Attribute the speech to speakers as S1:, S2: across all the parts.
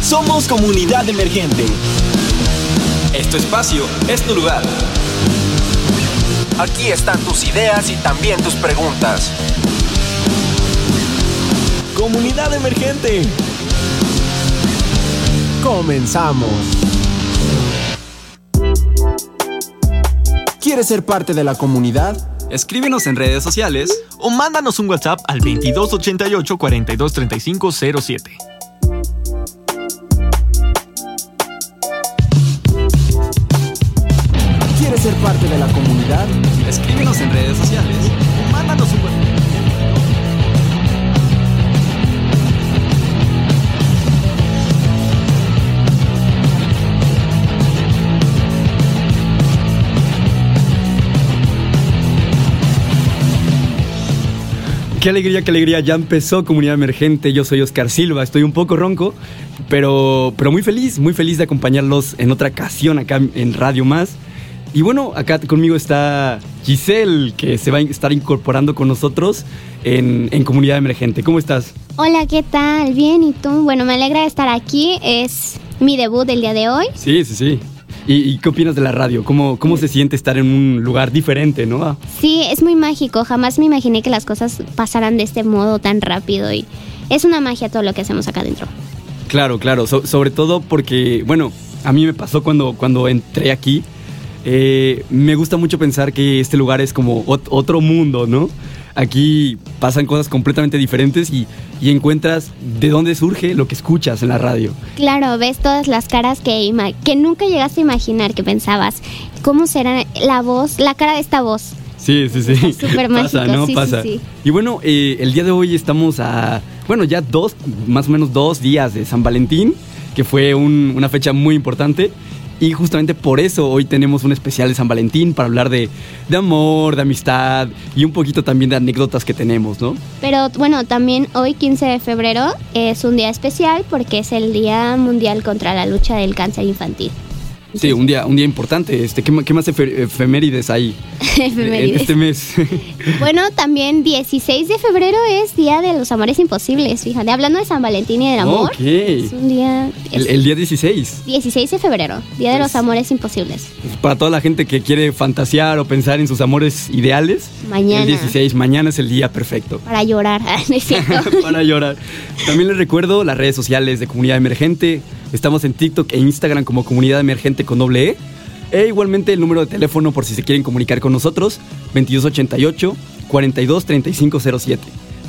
S1: Somos comunidad emergente.
S2: Es tu espacio, es tu lugar.
S3: Aquí están tus ideas y también tus preguntas.
S1: Comunidad emergente.
S4: Comenzamos. ¿Quieres ser parte de la comunidad?
S2: Escríbenos en redes sociales
S5: o mándanos un WhatsApp al 2288 42 35 07.
S4: ¿Quieres ser parte de la comunidad?
S2: Escríbenos en redes sociales o mándanos un WhatsApp.
S6: Qué alegría, qué alegría. Ya empezó Comunidad Emergente. Yo soy Oscar Silva. Estoy un poco ronco, pero, pero muy feliz, muy feliz de acompañarlos en otra ocasión acá en Radio Más. Y bueno, acá conmigo está Giselle, que se va a estar incorporando con nosotros en, en Comunidad Emergente. ¿Cómo estás?
S7: Hola, ¿qué tal? Bien, ¿y tú? Bueno, me alegra estar aquí. Es mi debut del día de hoy.
S6: Sí, sí, sí. ¿Y, y qué opinas de la radio? ¿Cómo, ¿Cómo se siente estar en un lugar diferente, no? Ah,
S7: Sí, es muy mágico. Jamás me imaginé que las cosas pasaran de este modo tan rápido y es una magia todo lo que hacemos acá adentro.
S6: Claro, claro, so- sobre todo porque, bueno, a mí me pasó cuando, cuando entré aquí, eh, me gusta mucho pensar que este lugar es como ot- otro mundo, ¿no? Aquí pasan cosas completamente diferentes y, y encuentras de dónde surge lo que escuchas en la radio.
S7: Claro, ves todas las caras que, ima- que nunca llegaste a imaginar, que pensabas. ¿Cómo será la voz, la cara de esta voz?
S6: Sí, sí, sí.
S7: Está súper
S6: Pasa,
S7: mágico,
S6: ¿no?
S7: sí, sí,
S6: Pasa.
S7: sí.
S6: Y bueno, eh, el día de hoy estamos a, bueno, ya dos, más o menos dos días de San Valentín, que fue un- una fecha muy importante. Y justamente por eso hoy tenemos un especial de San Valentín para hablar de, de amor, de amistad y un poquito también de anécdotas que tenemos, ¿no?
S7: Pero bueno, también hoy 15 de febrero es un día especial porque es el Día Mundial contra la Lucha del Cáncer Infantil.
S6: Sí, un día, un día importante. Este, ¿qué, ma- qué más efe- efemérides hay en
S7: Efemérides.
S6: este mes?
S7: Bueno, también 16 de febrero es Día de los Amores Imposibles, fíjate. Hablando de San Valentín y del amor,
S6: Ok.
S7: es un día... es
S6: El, el día 16.
S7: 16 de febrero, Día de
S6: Pues-
S7: los Amores Imposibles.
S6: Para toda la gente que quiere fantasear o pensar en sus amores ideales,
S7: Mañana.
S6: el 16, mañana es el día perfecto
S7: Para llorar, ¿no es cierto?
S6: para llorar. También les recuerdo las redes sociales de Comunidad Emergente. Estamos en TikTok e Instagram como Comunidad Emergente con doble E. E igualmente el número de teléfono por si se quieren comunicar con nosotros, 2288 423507.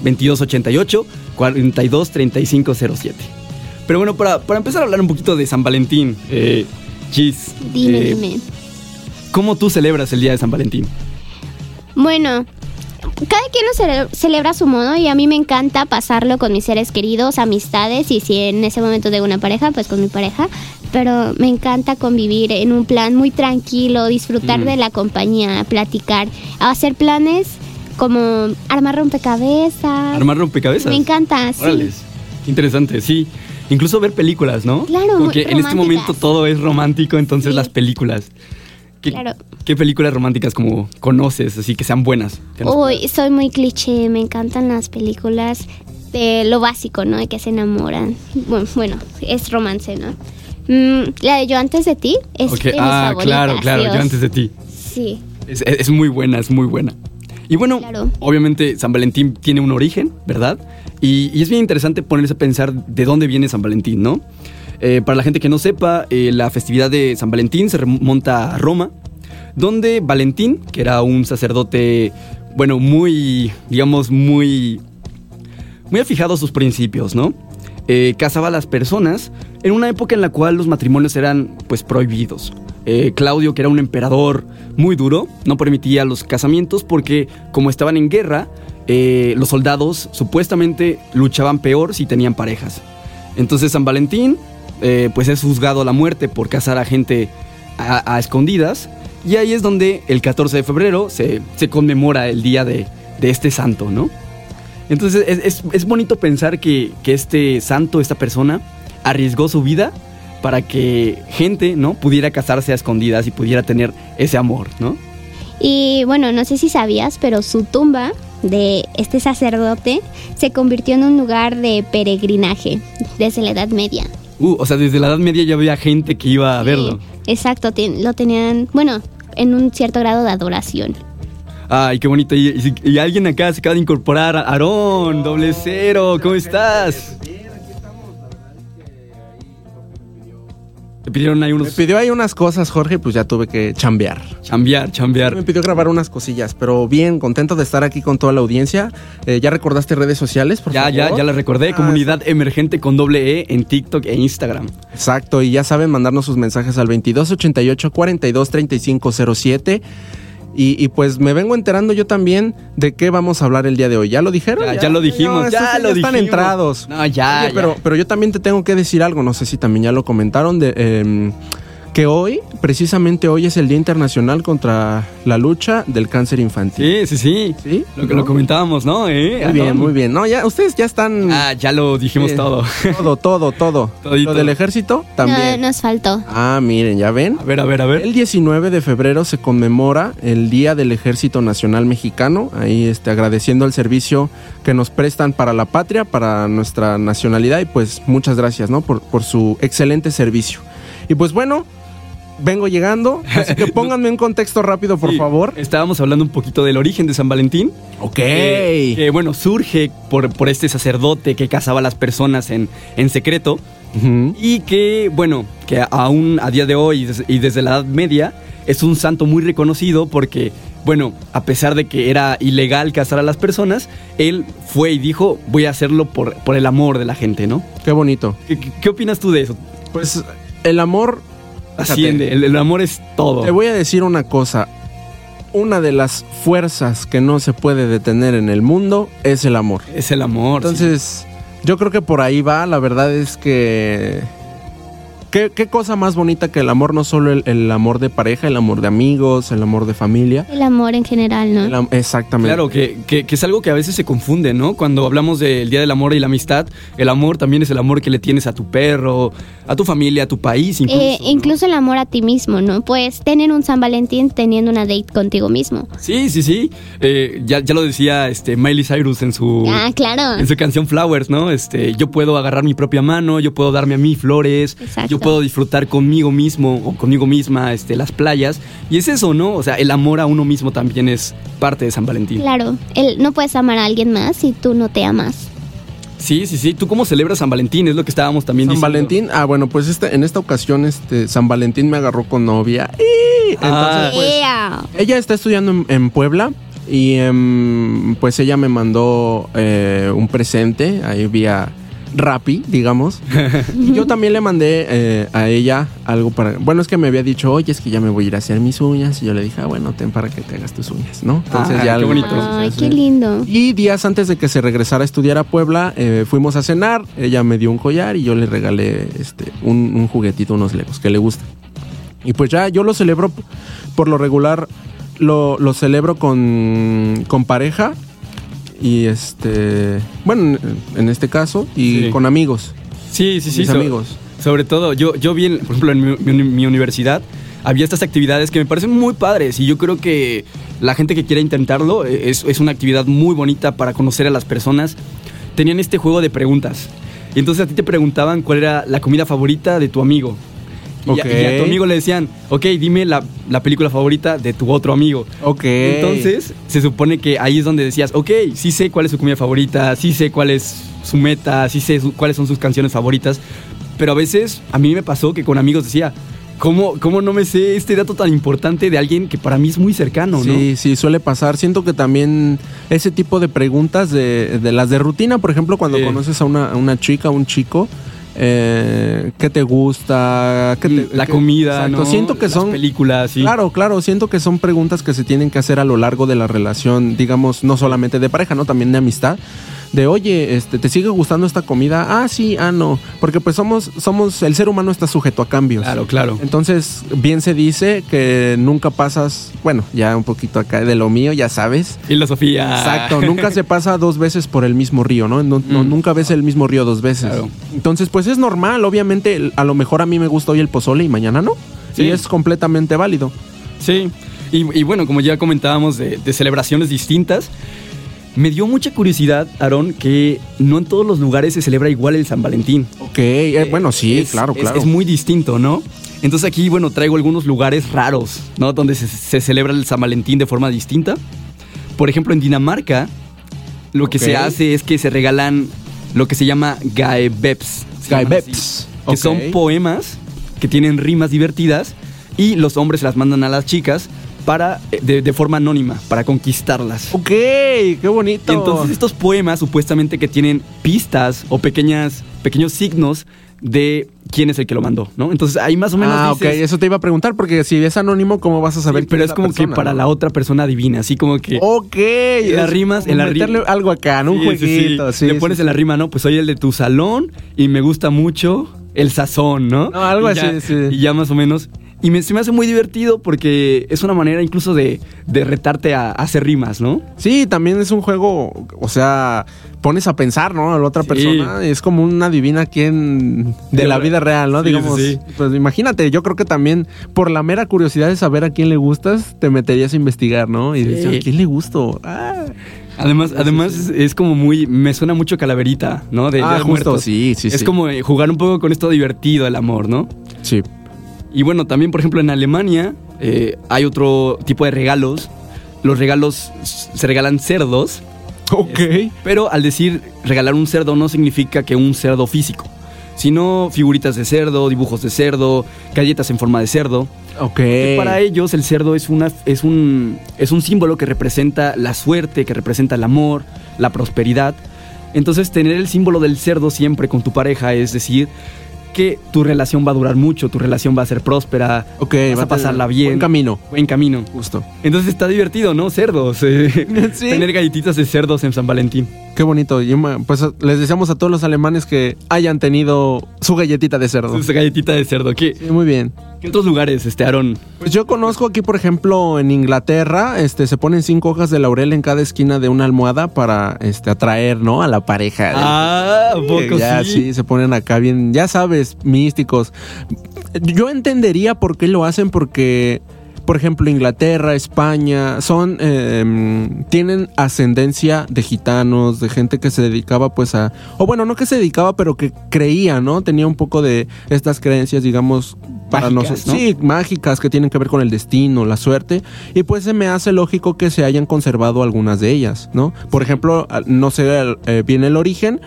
S6: 2288 423507. Pero bueno, para, para empezar a hablar un poquito de San Valentín, eh, Gis,
S7: dime,
S6: eh,
S7: dime.
S6: ¿Cómo tú celebras el día de San Valentín?
S7: Bueno, cada quien lo cele- celebra a su modo y a mí me encanta pasarlo con mis seres queridos, amistades y si en ese momento tengo una pareja, pues con mi pareja. Pero me encanta convivir en un plan muy tranquilo, disfrutar
S6: Mm.
S7: de la compañía, platicar, hacer planes como armar rompecabezas.
S6: Armar rompecabezas.
S7: Me encanta, sí.
S6: Órales, qué interesante, sí. Incluso ver películas, ¿no?
S7: Claro, muy
S6: Porque en este
S7: románticas.
S6: momento todo es romántico, entonces
S7: Sí.
S6: las películas. ¿Qué,
S7: Claro.
S6: ¿Qué películas románticas como conoces, así que sean buenas? Que nos-
S7: Uy, soy muy cliché, me encantan las películas de lo básico, ¿no? De que se enamoran. Bueno, bueno, es romance, ¿no? Mm, la de Yo antes de ti es
S6: Ok,
S7: de mis
S6: Ah,
S7: favoritas.
S6: claro, claro,
S7: Dios.
S6: yo antes de ti.
S7: Sí,
S6: Es, es- es muy buena, es muy buena. Y bueno,
S7: Claro.
S6: obviamente San Valentín tiene un origen, ¿verdad? Y, y es bien interesante ponerse a pensar de dónde viene San Valentín, ¿no? Eh, para la gente que no sepa, eh, la festividad de San Valentín se remonta a Roma, donde Valentín, que era un sacerdote, bueno, muy, digamos, muy muy afijado a sus principios, ¿no? Eh, casaba a las personas en una época en la cual los matrimonios eran, pues, prohibidos. Eh, Claudio, que era un emperador muy duro, no permitía los casamientos porque, como estaban en guerra, eh, los soldados supuestamente luchaban peor si tenían parejas. Entonces San Valentín, eh, pues es juzgado a la muerte por casar a gente a, a escondidas. Y ahí es donde el 14 de febrero se, se conmemora el día de, de este santo, ¿no? Entonces es, es- es bonito pensar que, que este santo, esta persona, arriesgó su vida para que gente, ¿no? Pudiera casarse a escondidas y pudiera tener ese amor, ¿no?
S7: Y bueno, no sé si sabías, pero su tumba de este sacerdote se convirtió en un lugar de peregrinaje desde la Edad Media.
S6: Uh, o sea, desde la Edad Media ya había gente que iba a verlo.
S7: Sí, exacto, ten- lo tenían, bueno, en un cierto grado de adoración.
S6: Ay, qué bonito. Y, y si- y alguien acá se acaba de incorporar. Aarón, doble cero, ¿cómo estás?
S8: pues,
S6: Te pidieron ahí
S8: Me
S6: unos
S8: pidió ahí unas cosas, Jorge, pues ya tuve que chambear.
S6: chambear,
S8: Me
S6: chambear.
S8: pidió grabar unas cosillas, pero bien, contento de estar aquí con toda la audiencia. Eh, ¿Ya recordaste redes sociales? Por
S6: Ya,
S8: favor?
S6: ya, ya la recordé.
S8: Ah,
S6: Comunidad emergente con doble E en TikTok e Instagram.
S8: Exacto, y ya saben, mandarnos sus mensajes al 2288 42 3507. Y, y pues me vengo enterando yo también de qué vamos a hablar el día de hoy. ¿Ya lo dijeron?
S6: Ya, ya lo dijimos,
S8: estos
S6: ya lo
S8: Están
S6: dijimos.
S8: entrados.
S6: No, Ah, ya, ya.
S8: Pero, pero yo también te tengo que decir algo, no sé si también ya lo comentaron, de, em, que hoy, precisamente hoy, es el Día Internacional contra la Lucha del Cáncer Infantil.
S6: Sí, sí, sí.
S8: ¿Sí?
S6: Lo que lo comentábamos, ¿no? ¿Eh?
S8: Muy bien,
S6: Aarón.
S8: muy bien. No, ya, ustedes ya están...
S6: Ah, ya lo dijimos
S8: Sí.
S6: todo.
S8: Todo, todo, todo.
S6: Todito.
S8: Lo del ejército también.
S7: No, nos faltó.
S8: Ah, miren, ya ven.
S6: A ver, a ver, a ver.
S8: El 19 de febrero se conmemora el Día del Ejército Nacional Mexicano, ahí este, agradeciendo el servicio que nos prestan para la patria, para nuestra nacionalidad y pues muchas gracias ¿no? por, por su excelente servicio. Y pues bueno, vengo llegando, así que pónganme un contexto rápido por
S6: Sí,
S8: favor.
S6: Estábamos hablando un poquito del origen de San Valentín.
S8: Ok.
S6: Que, que, bueno, surge por, por este sacerdote que cazaba a las personas en, en secreto.
S8: Ujú.
S6: Y que, bueno, que aún a día de hoy y des- y desde la Edad Media es un santo muy reconocido porque, bueno, a pesar de que era ilegal cazar a las personas, él fue y dijo, voy a hacerlo por, por el amor de la gente, ¿no?
S8: Qué bonito.
S6: ¿Qué, qué- qué opinas tú de eso?
S8: Pues el amor
S6: Asciende, el, el amor es todo.
S8: Te voy a decir una cosa. Una de las fuerzas que no se puede detener en el mundo es el amor.
S6: Es el amor. sí.
S8: Entonces, yo creo que por ahí va. La verdad es que... ¿Qué, qué cosa más bonita que el amor? No solo el, el amor de pareja, el amor de amigos, el amor de familia.
S7: El amor en general, ¿no?
S8: El am- exactamente.
S6: Claro, que, que- que es algo que a veces se confunde, ¿no? Cuando hablamos del Día del Amor y la Amistad, el amor también es el amor que le tienes a tu perro, a tu familia, a tu país, incluso.
S7: Eh,
S6: ¿no?
S7: incluso el amor a ti mismo, ¿no? Pues tener un San Valentín teniendo una date contigo mismo.
S6: Sí, sí, sí. Eh, ya, ya lo decía este, Miley Cyrus en su,
S7: Ah, claro.
S6: en su canción Flowers, ¿no? Este, yo puedo agarrar mi propia mano, yo puedo darme a mí flores,
S7: Exacto.
S6: yo puedo disfrutar conmigo mismo o conmigo misma este, las playas. Y es eso, ¿no? O sea, el amor a uno mismo también es parte de San Valentín.
S7: Claro. El, no puedes amar a alguien más si tú no te amas.
S6: Sí, sí, sí. ¿Tú cómo celebras San Valentín? Es lo que estábamos también
S8: San
S6: diciendo.
S8: Valentín, ah bueno, pues este, en esta ocasión este, San Valentín me agarró con novia. ¡Y! Entonces,
S6: Ah.
S8: pues,
S7: Ea.
S8: Ella está estudiando en, en Puebla y em, pues ella me mandó eh, un presente ahí vía Rappi, digamos. Y yo también le mandé eh, a ella algo para... Bueno, es que me había dicho, oye, es que ya me voy a ir a hacer mis uñas. Y yo le dije, ah, bueno, ten para que te hagas tus uñas, ¿no?
S6: Ah, qué
S8: le-
S6: bonito.
S7: Ay,
S8: ¿eh?
S7: qué lindo.
S8: y días antes de que se regresara a estudiar a Puebla, eh, fuimos a cenar. Ella me dio un collar y yo le regalé este, un, un juguetito, unos legos que le gusta. Y pues ya yo lo celebro p- por lo regular, lo, lo celebro con, con pareja y este, bueno, en- en este caso, y
S6: Sí.
S8: con amigos.
S6: Sí, sí, sí.
S8: Mis
S6: so-
S8: amigos.
S6: Sobre todo, yo, yo vi, en- por ejemplo, en mi, mi- mi universidad, había estas actividades que me parecen muy padres y yo creo que la gente que quiera intentarlo eh, es, es una actividad muy bonita para conocer a las personas. Tenían este juego de preguntas. Y entonces a ti te preguntaban cuál era la comida favorita de tu amigo. Y, a- y a, tu
S8: Ok.
S6: amigo le decían, ok, dime la, la película favorita de tu otro amigo.
S8: Ok.
S6: Entonces, se supone que ahí es donde decías, ok, sí sé cuál es su comida favorita, sí sé cuál es su meta, sí sé su- cuáles son sus canciones favoritas, pero a veces a mí me pasó que con amigos decía, ¿cómo, cómo no me sé este dato tan importante de alguien que para mí es muy cercano,
S8: Sí, sí, suele pasar. Siento que también ese tipo de preguntas, de, de las de rutina, por ejemplo, cuando
S6: Sí.
S8: conoces a una, a una chica, a un chico, eh, ¿qué te gusta? ¿Qué
S6: no?
S8: te-
S6: La
S8: qué-
S6: comida,
S8: Exacto.
S6: ¿no?
S8: Siento que
S6: Las
S8: son...
S6: películas, sí.
S8: Claro, claro, siento que son preguntas que se tienen que hacer a lo largo de la relación, digamos, no solamente de pareja, ¿no? También de amistad. De, oye, este, ¿te sigue gustando esta comida? Ah, sí, ah, no. Porque pues somos, somos, el ser humano está sujeto a cambios.
S6: Claro, claro.
S8: Entonces, bien se dice que nunca pasas, bueno, ya un poquito acá de lo mío, ya sabes.
S6: Filosofía.
S8: Exacto, nunca se pasa dos veces por el mismo río, ¿no? No- no,
S6: Mm.
S8: Nunca ves el mismo río dos veces.
S6: Claro.
S8: Entonces, pues es normal, obviamente, el- a lo mejor a mí me gusta hoy el pozole y mañana no.
S6: Sí.
S8: Y es completamente válido.
S6: Sí, y, y bueno, como ya comentábamos de, de celebraciones distintas, Me dio mucha curiosidad, Aarón, que no en todos los lugares se celebra igual el San Valentín.
S8: Ok, eh, bueno, sí,
S6: Es-
S8: claro,
S6: es-
S8: claro.
S6: Es, muy distinto, ¿no? Entonces aquí, bueno, traigo algunos lugares raros, ¿no? Donde se, se celebra el San Valentín de forma distinta. Por ejemplo, en Dinamarca, lo que se
S8: Ok.
S6: hace es que se regalan lo que se llama gaebeps. se llaman
S8: Gaebeps,
S6: así, Que
S8: ok.
S6: son poemas que tienen rimas divertidas y los hombres se las mandan a las chicas para, eh, de, de forma anónima, para conquistarlas.
S8: Ok, qué bonito.
S6: Entonces estos poemas supuestamente que tienen pistas o pequeñas, pequeños signos de quién es el que lo mandó, ¿no? Entonces ahí más o menos
S8: ah, ok,
S6: dices,
S8: eso te iba a preguntar, porque si es anónimo, ¿cómo vas a
S6: "Sí,
S8: saber quién
S6: pero es
S8: la
S6: como
S8: persona,
S6: que para
S8: no?
S6: la otra persona divina, así como que...
S8: Ok,
S6: en las
S8: es
S6: rimas,
S8: como
S6: en la ri-
S8: meterle algo acá, ¿no? un
S6: Sí, sí, sí.
S8: jueguito, sí.
S6: Le
S8: sí,
S6: pones
S8: sí.
S6: en la rima, ¿no? Pues soy el de tu salón y me gusta mucho el sazón, ¿no?
S8: No, algo
S6: Y ya-
S8: así, sí.
S6: Y ya más o menos. Y me- se me hace muy divertido porque es una manera incluso de, de retarte a, a hacer rimas, ¿no?
S8: Sí, también es un juego, o sea, pones a pensar, ¿no? A la otra
S6: Sí.
S8: persona. Es como una divina quien de
S6: Sí,
S8: la
S6: ahora-
S8: vida real, ¿no?
S6: sí,
S8: Digamos,
S6: sí,
S8: pues imagínate, yo creo que también por la mera curiosidad de saber a quién le gustas, te meterías a investigar, ¿no? Y
S6: Sí.
S8: dices, ¿a quién le gusto? Ah,
S6: Además, además es- es como muy. Me suena mucho calaverita, ¿no? De,
S8: Ah,
S6: Día de
S8: justo,
S6: Muertos.
S8: sí, sí,
S6: Es
S8: sí.
S6: como eh, jugar un poco con esto divertido, el amor, ¿no?
S8: sí.
S6: Y bueno, también, por ejemplo, en Alemania eh, hay otro tipo de regalos. Los regalos s- se regalan cerdos,
S8: Ok.
S6: pero al decir regalar un cerdo no significa que un cerdo físico, sino figuritas de cerdo, dibujos de cerdo, galletas en forma de cerdo.
S8: Ok.
S6: Que Para ellos el cerdo es, una, es, un, es un símbolo que representa la suerte, que representa el amor, la prosperidad. Entonces tener el símbolo del cerdo siempre con tu pareja es decir que tu relación va a durar mucho, tu relación va a ser próspera,
S8: Ok,
S6: vas
S8: va
S6: a
S8: a tener
S6: pasarla bien.
S8: buen camino.
S6: Buen camino.
S8: Justo.
S6: Entonces está divertido, ¿no? Cerdos. eh,
S8: Sí.
S6: Tener galletitas de cerdos en San Valentín.
S8: Qué bonito. Y, ma, Pues les deseamos a todos los alemanes que hayan tenido su galletita de cerdo.
S6: Esa galletita de cerdo. ¿Qué,
S8: Sí, muy bien.
S6: qué otros lugares, este, Aarón?
S8: Pues yo conozco aquí, por ejemplo, en Inglaterra, este, se ponen cinco hojas de laurel en cada esquina de una almohada para este, atraer, ¿no? A la pareja.
S6: Ah, ¿a
S8: Sí,
S6: poco
S8: ya,
S6: sí?
S8: sí? se ponen acá bien, ya sabes, místicos. Yo entendería por qué lo hacen, porque, por ejemplo, Inglaterra, España, son, eh, tienen ascendencia de gitanos, de gente que se dedicaba pues a, o bueno, no que se dedicaba, pero que creía, ¿no? Tenía un poco de estas creencias, digamos, para
S6: Mágicas,
S8: nosotros.
S6: ¿no?
S8: Sí, mágicas que tienen que ver con el destino, la suerte, y pues se me hace lógico que se hayan conservado algunas de ellas, ¿no? Por ejemplo, al- no sé el- eh, bien el origen,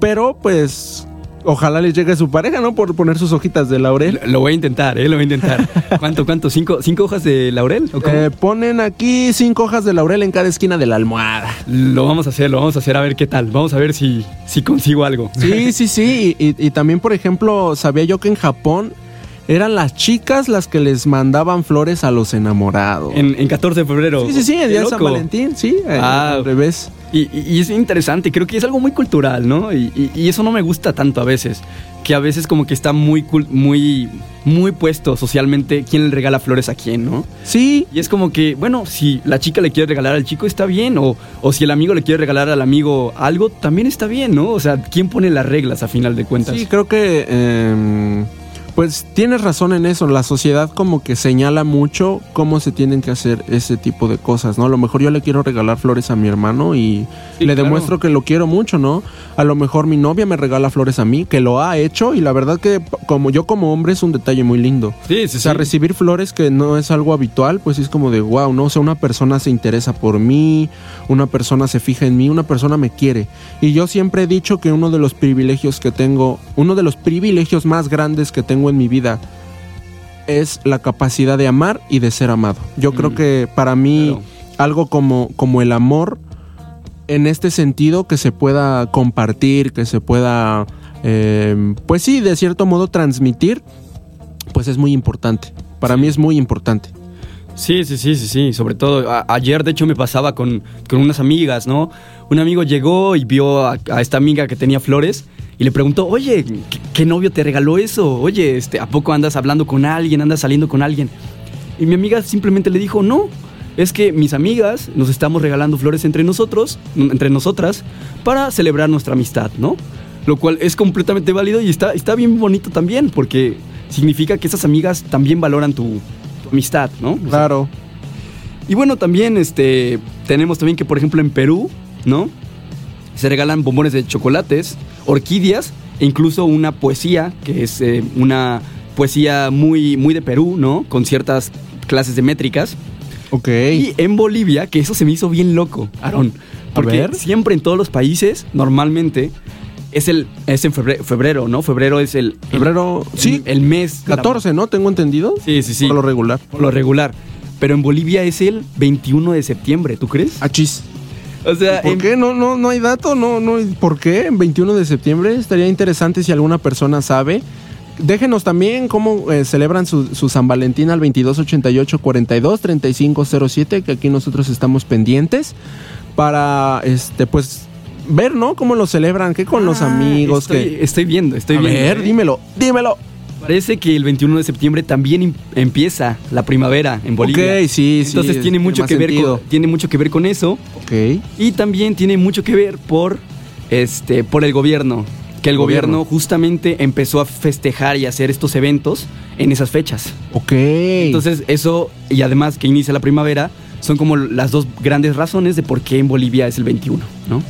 S8: pero pues ojalá les llegue su pareja, ¿no? Por poner sus hojitas de laurel.
S6: Lo- Lo voy a intentar, ¿eh? Lo voy a intentar. ¿Cuánto, cuánto? ¿Cinco, cinco hojas de laurel? ¿O cómo?
S8: Eh, ponen aquí cinco hojas de laurel en cada esquina de la almohada.
S6: Lo vamos a hacer, lo vamos a hacer a ver qué tal. Vamos a ver si, si consigo algo.
S8: Sí, sí, sí. Y, y- y también, por ejemplo, sabía yo que en Japón eran las chicas las que les mandaban flores a los enamorados.
S6: En, en 14 de febrero.
S8: Sí, sí, sí, el
S6: Qué
S8: día de San
S6: loco.
S8: Valentín, sí, eh,
S6: Ah.
S8: al revés.
S6: Y, y- y es interesante, creo que es algo muy cultural, ¿no? Y, y- y eso no me gusta tanto a veces. Que a veces como que está muy, cul- muy, muy puesto socialmente quién le regala flores a quién, ¿no?
S8: Sí,
S6: Y es como que, bueno, si la chica le quiere regalar al chico, está bien. O, o si el amigo le quiere regalar al amigo algo, también está bien, ¿no? O sea, ¿quién pone las reglas a final de cuentas?
S8: Sí, creo que. eh, pues tienes razón en eso. La sociedad, como que señala mucho cómo se tienen que hacer ese tipo de cosas, ¿no? A lo mejor yo le quiero regalar flores a mi hermano y
S6: Sí,
S8: le
S6: claro.
S8: demuestro que lo quiero mucho, ¿no? A lo mejor mi novia me regala flores a mí, que lo ha hecho y la verdad que, p- como yo como hombre, es un detalle muy lindo.
S6: sí,
S8: O sea, recibir flores que no es algo habitual, pues es como de wow, ¿no? O sea, una persona se interesa por mí, una persona se fija en mí, una persona me quiere. Y yo siempre he dicho que uno de los privilegios que tengo, uno de los privilegios más grandes que tengo en mi vida es la capacidad de amar y de ser amado. Yo creo que para mí
S6: Mm. claro.
S8: algo como, como el amor, en este sentido, que se pueda compartir, que se pueda, eh, pues sí, de cierto modo transmitir, pues es muy importante. Para mí es muy importante.
S6: Sí, sí, sí, sí, sí. Sobre todo, a- ayer de hecho me pasaba con, con unas amigas, ¿no? Un amigo llegó y vio a, a esta amiga que tenía flores y le preguntó, oye, ¿qué, qué novio te regaló eso? Oye, este, ¿a poco andas hablando con alguien, andas saliendo con alguien? Y mi amiga simplemente le dijo, no, es que mis amigas nos estamos regalando flores entre nosotros, entre nosotras, para celebrar nuestra amistad, ¿no? Lo cual es completamente válido y está, está bien bonito también, porque significa que esas amigas también valoran tu, tu amistad, ¿no? O sea,
S8: Claro.
S6: y bueno, también este, tenemos también que, por ejemplo, en Perú, ¿no? Se regalan bombones de chocolates, orquídeas e incluso una poesía, que es eh, una poesía muy, muy de Perú, ¿no? Con ciertas clases de métricas.
S8: Ok.
S6: Y en Bolivia, que eso se me hizo bien loco, Aarón. Porque
S8: ver.
S6: siempre en todos los países, normalmente, es el es en febrero, febrero ¿no? Febrero es el... el-
S8: Febrero.
S6: el-
S8: Sí,
S6: El mes.
S8: 14, ¿no? Tengo entendido.
S6: Sí, sí, sí.
S8: Por lo regular.
S6: Por lo regular. Pero en Bolivia es el 21 de septiembre, ¿tú crees?
S8: Achis.
S6: O sea,
S8: ¿Por
S6: en-
S8: qué? No, no, no hay dato, no, no, ¿por qué? En 21 de septiembre estaría interesante si alguna persona sabe. Déjenos también cómo eh, celebran su, su San Valentín al 2288-423507, que aquí nosotros estamos pendientes para, este, pues, ver, ¿no? Cómo lo celebran, qué con los
S6: Ah,
S8: amigos,
S6: estoy,
S8: que...
S6: Estoy viendo, estoy
S8: A
S6: viendo.
S8: ver,
S6: ¿eh?
S8: dímelo, dímelo.
S6: Parece que el 21 de septiembre también im- empieza la primavera en Bolivia.
S8: Ok, sí, sí,
S6: Entonces tiene
S8: tiene
S6: mucho,
S8: más
S6: que ver
S8: sentido.
S6: con, tiene mucho que ver con eso.
S8: Ok.
S6: Y también tiene mucho que ver por, este, por el gobierno. Que el gobierno.
S8: Gobierno.
S6: justamente empezó a festejar y a hacer estos eventos en esas fechas.
S8: Ok.
S6: Entonces eso, y además que inicia la primavera, son como las dos grandes razones de por qué en Bolivia es el 21, ¿no?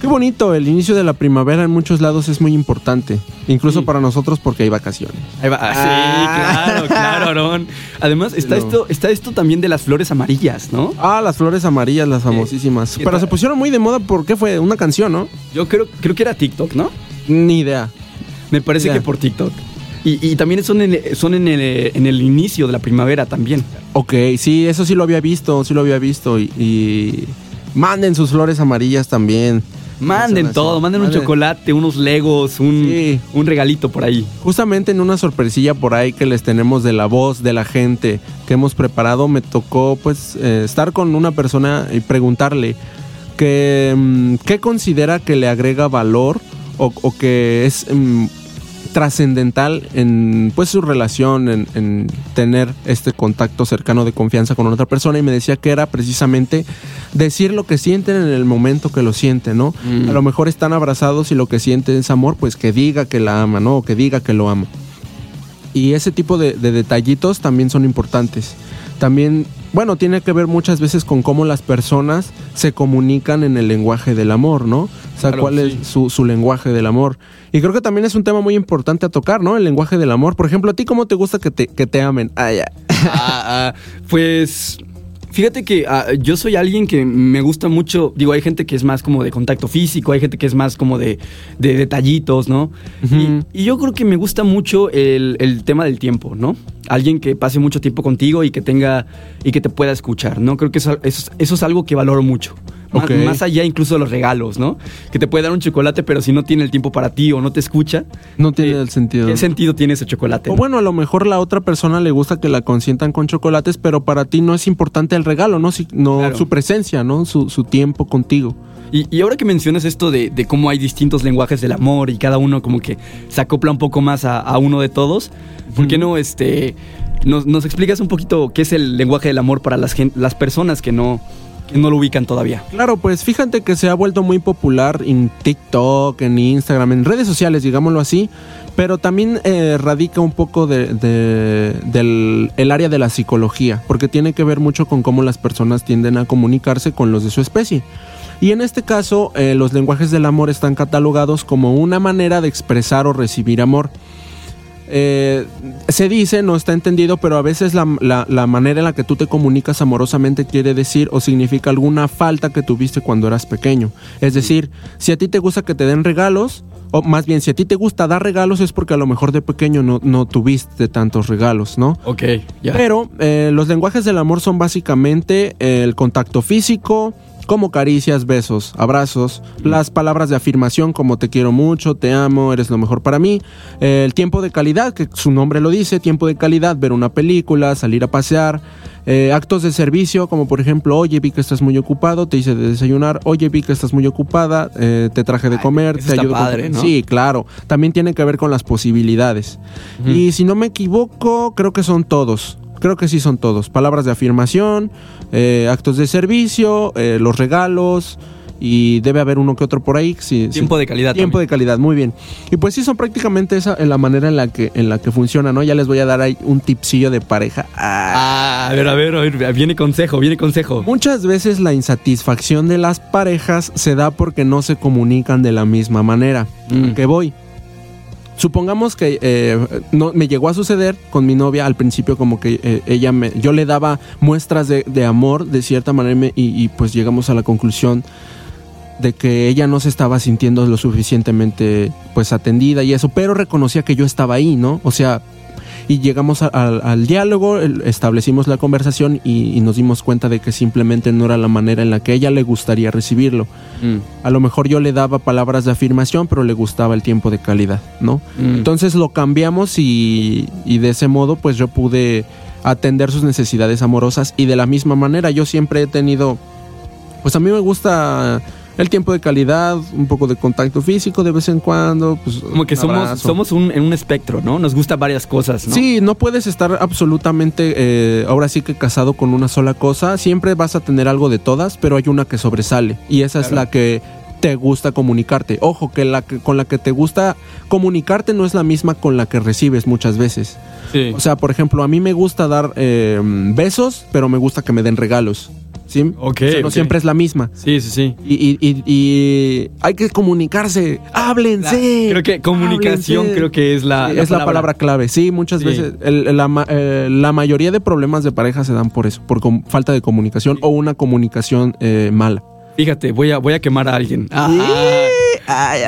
S8: Qué bonito, el inicio de la primavera en muchos lados es muy importante, incluso para nosotros porque hay vacaciones.
S6: Ahí va.
S8: Ah.
S6: Sí, claro, claro, Aarón. Además, está,
S8: Pero-
S6: esto, está esto también de las flores amarillas, ¿no?
S8: Ah, las flores amarillas, las famosísimas.
S6: ¿qué
S8: Pero
S6: tal?
S8: se pusieron muy de moda porque fue una canción, ¿no?
S6: Yo creo, creo que era TikTok, ¿no?
S8: Ni idea.
S6: Me parece
S8: Ya.
S6: que por TikTok. Y, y también son, en, son en, el, en el inicio de la primavera también.
S8: Ok, sí, eso sí lo había visto, sí lo había visto. Y, y manden sus flores amarillas también.
S6: Manden
S8: Eso,
S6: todo,
S8: eso.
S6: manden un chocolate, unos legos, un,
S8: Sí.
S6: un regalito por ahí.
S8: Justamente en una sorpresilla por ahí que les tenemos de la voz de la gente que hemos preparado, me tocó pues eh, estar con una persona y preguntarle que, mm, qué considera que le agrega valor o, o que es mm, trascendental en pues su relación, en, en tener este contacto cercano de confianza con otra persona y me decía que era precisamente decir lo que sienten en el momento que lo sienten, ¿no? A lo mejor están abrazados y lo que sienten es amor, pues que diga que la ama, ¿no? O que diga que lo ama. Y ese tipo de, de detallitos también son importantes. También, bueno, tiene que ver muchas veces con cómo las personas se comunican en el lenguaje del amor, ¿no? O sea,
S6: Claro,
S8: cuál
S6: sí.
S8: es su, su lenguaje del amor. Y creo que también es un tema muy importante a tocar, ¿no? El lenguaje del amor. Por ejemplo, ¿a ti cómo te gusta que te, que te amen? Ay, ay.
S6: Ah, ah, pues fíjate que ah, yo soy alguien que me gusta mucho, digo, hay gente que es más como de contacto físico, hay gente que es más como de, de detallitos, ¿no?
S8: Ujú.
S6: y, y yo creo que me gusta mucho el, el tema del tiempo, ¿no? Alguien que pase mucho tiempo contigo y que tenga y que te pueda escuchar, ¿no? Creo que eso, eso, es- eso es algo que valoro mucho. Más,
S8: Ok.
S6: más allá incluso de los regalos, ¿no? Que te puede dar un chocolate, pero si no tiene el tiempo para ti o no te escucha,
S8: No tiene
S6: eh,
S8: el sentido.
S6: ¿qué sentido tiene ese chocolate?
S8: O
S6: no?
S8: bueno, a lo mejor la otra persona le gusta que la consientan con chocolates, pero para ti no es importante el regalo, ¿no? Si- no
S6: Claro.
S8: su presencia, ¿no? Su, su tiempo contigo.
S6: Y, y ahora que mencionas esto de, de cómo hay distintos lenguajes del amor y cada uno como que se acopla un poco más a, a uno de todos, ¿por qué no este, nos, nos explicas un poquito qué es el lenguaje del amor para las, gen- las personas que no, que no lo ubican todavía?
S8: Claro, pues fíjate que se ha vuelto muy popular en TikTok, en Instagram, en redes sociales, digámoslo así, pero también eh, radica un poco de- de- del el área de la psicología, porque tiene que ver mucho con cómo las personas tienden a comunicarse con los de su especie. Y en este caso, eh, los lenguajes del amor están catalogados como una manera de expresar o recibir amor. Eh, se dice, no está entendido, pero a veces la, la- la manera en la que tú te comunicas amorosamente quiere decir o significa alguna falta que tuviste cuando eras pequeño. Es decir, si a ti te gusta que te den regalos, o más bien si a ti te gusta dar regalos es porque a lo mejor de pequeño no, no tuviste tantos regalos, ¿no?
S6: Ok,
S8: Pero eh, los lenguajes del amor son básicamente el contacto físico, como caricias, besos, abrazos, las palabras de afirmación como te quiero mucho, te amo, eres lo mejor para mí, eh, el tiempo de calidad, que su nombre lo dice, tiempo de calidad, ver una película, salir a pasear, eh, actos de servicio como por ejemplo, oye vi que estás muy ocupado, te hice de desayunar, oye vi que estás muy ocupada, eh, te traje de
S6: Ay,
S8: comer,
S6: eso
S8: te
S6: está
S8: ayudo con-
S6: padre, ¿no?
S8: Sí, Sí, claro. También tiene que ver con las posibilidades. Y si no me equivoco, creo que son todos. Creo que sí son todos. Palabras de afirmación, eh, actos de servicio, eh, los regalos y debe haber uno que otro por ahí. si- si-
S6: Tiempo de calidad
S8: Tiempo
S6: también.
S8: de calidad, muy bien. Y pues sí, son prácticamente esa la manera en la que, en la que funciona, ¿no? Ya les voy a dar ahí un tipsillo de pareja. Ah,
S6: Ah, a ver, a ver, a ver, viene consejo, viene consejo.
S8: Muchas veces la insatisfacción de las parejas se da porque no se comunican de la misma manera.
S6: Mm.
S8: ¿A qué voy? Supongamos que eh, no, me llegó a suceder con mi novia al principio como que eh, ella me, yo le daba muestras de, de amor de cierta manera y me- y, y, pues llegamos a la conclusión de que ella no se estaba sintiendo lo suficientemente pues atendida y eso, pero reconocía que yo estaba ahí, ¿no? O sea, y llegamos a- al- al diálogo, el- establecimos la conversación y, y nos dimos cuenta de que simplemente no era la manera en la que a ella le gustaría recibirlo.
S6: Mm.
S8: A lo mejor yo le daba palabras de afirmación, pero le gustaba el tiempo de calidad, ¿no?
S6: Mm.
S8: Entonces lo cambiamos y, y de ese modo pues yo pude atender sus necesidades amorosas y de la misma manera yo siempre he tenido, pues a mí me gusta el tiempo de calidad, un poco de contacto físico de vez en cuando, pues
S6: Como que
S8: un
S6: somos,
S8: abrazo.
S6: somos un, en un espectro, ¿no? Nos gustan varias cosas, ¿no?
S8: Sí, no puedes estar absolutamente eh, ahora sí que casado con una sola cosa. Siempre vas a tener algo de todas, pero hay una que sobresale y esa es la que te gusta comunicarte. Ojo, que la que- con la que te gusta comunicarte no es la misma con la que recibes muchas veces.
S6: Sí.
S8: O sea, por ejemplo, a mí me gusta dar eh, besos, pero me gusta que me den regalos. ¿Sí?
S6: Ok,
S8: O sea, no
S6: ok.
S8: siempre es la misma.
S6: sí, sí, sí.
S8: Y, y- y- y hay que comunicarse, háblense.
S6: creo que comunicación
S8: Háblense.
S6: creo que es la-
S8: Sí,
S6: la
S8: es la
S6: palabra.
S8: palabra clave. Sí, muchas
S6: Sí.
S8: veces el- el- la, ma- eh, la mayoría de problemas de pareja se dan por eso, por com- falta de comunicación o una comunicación eh, mala.
S6: Fíjate, voy a, voy a quemar a alguien. Ah,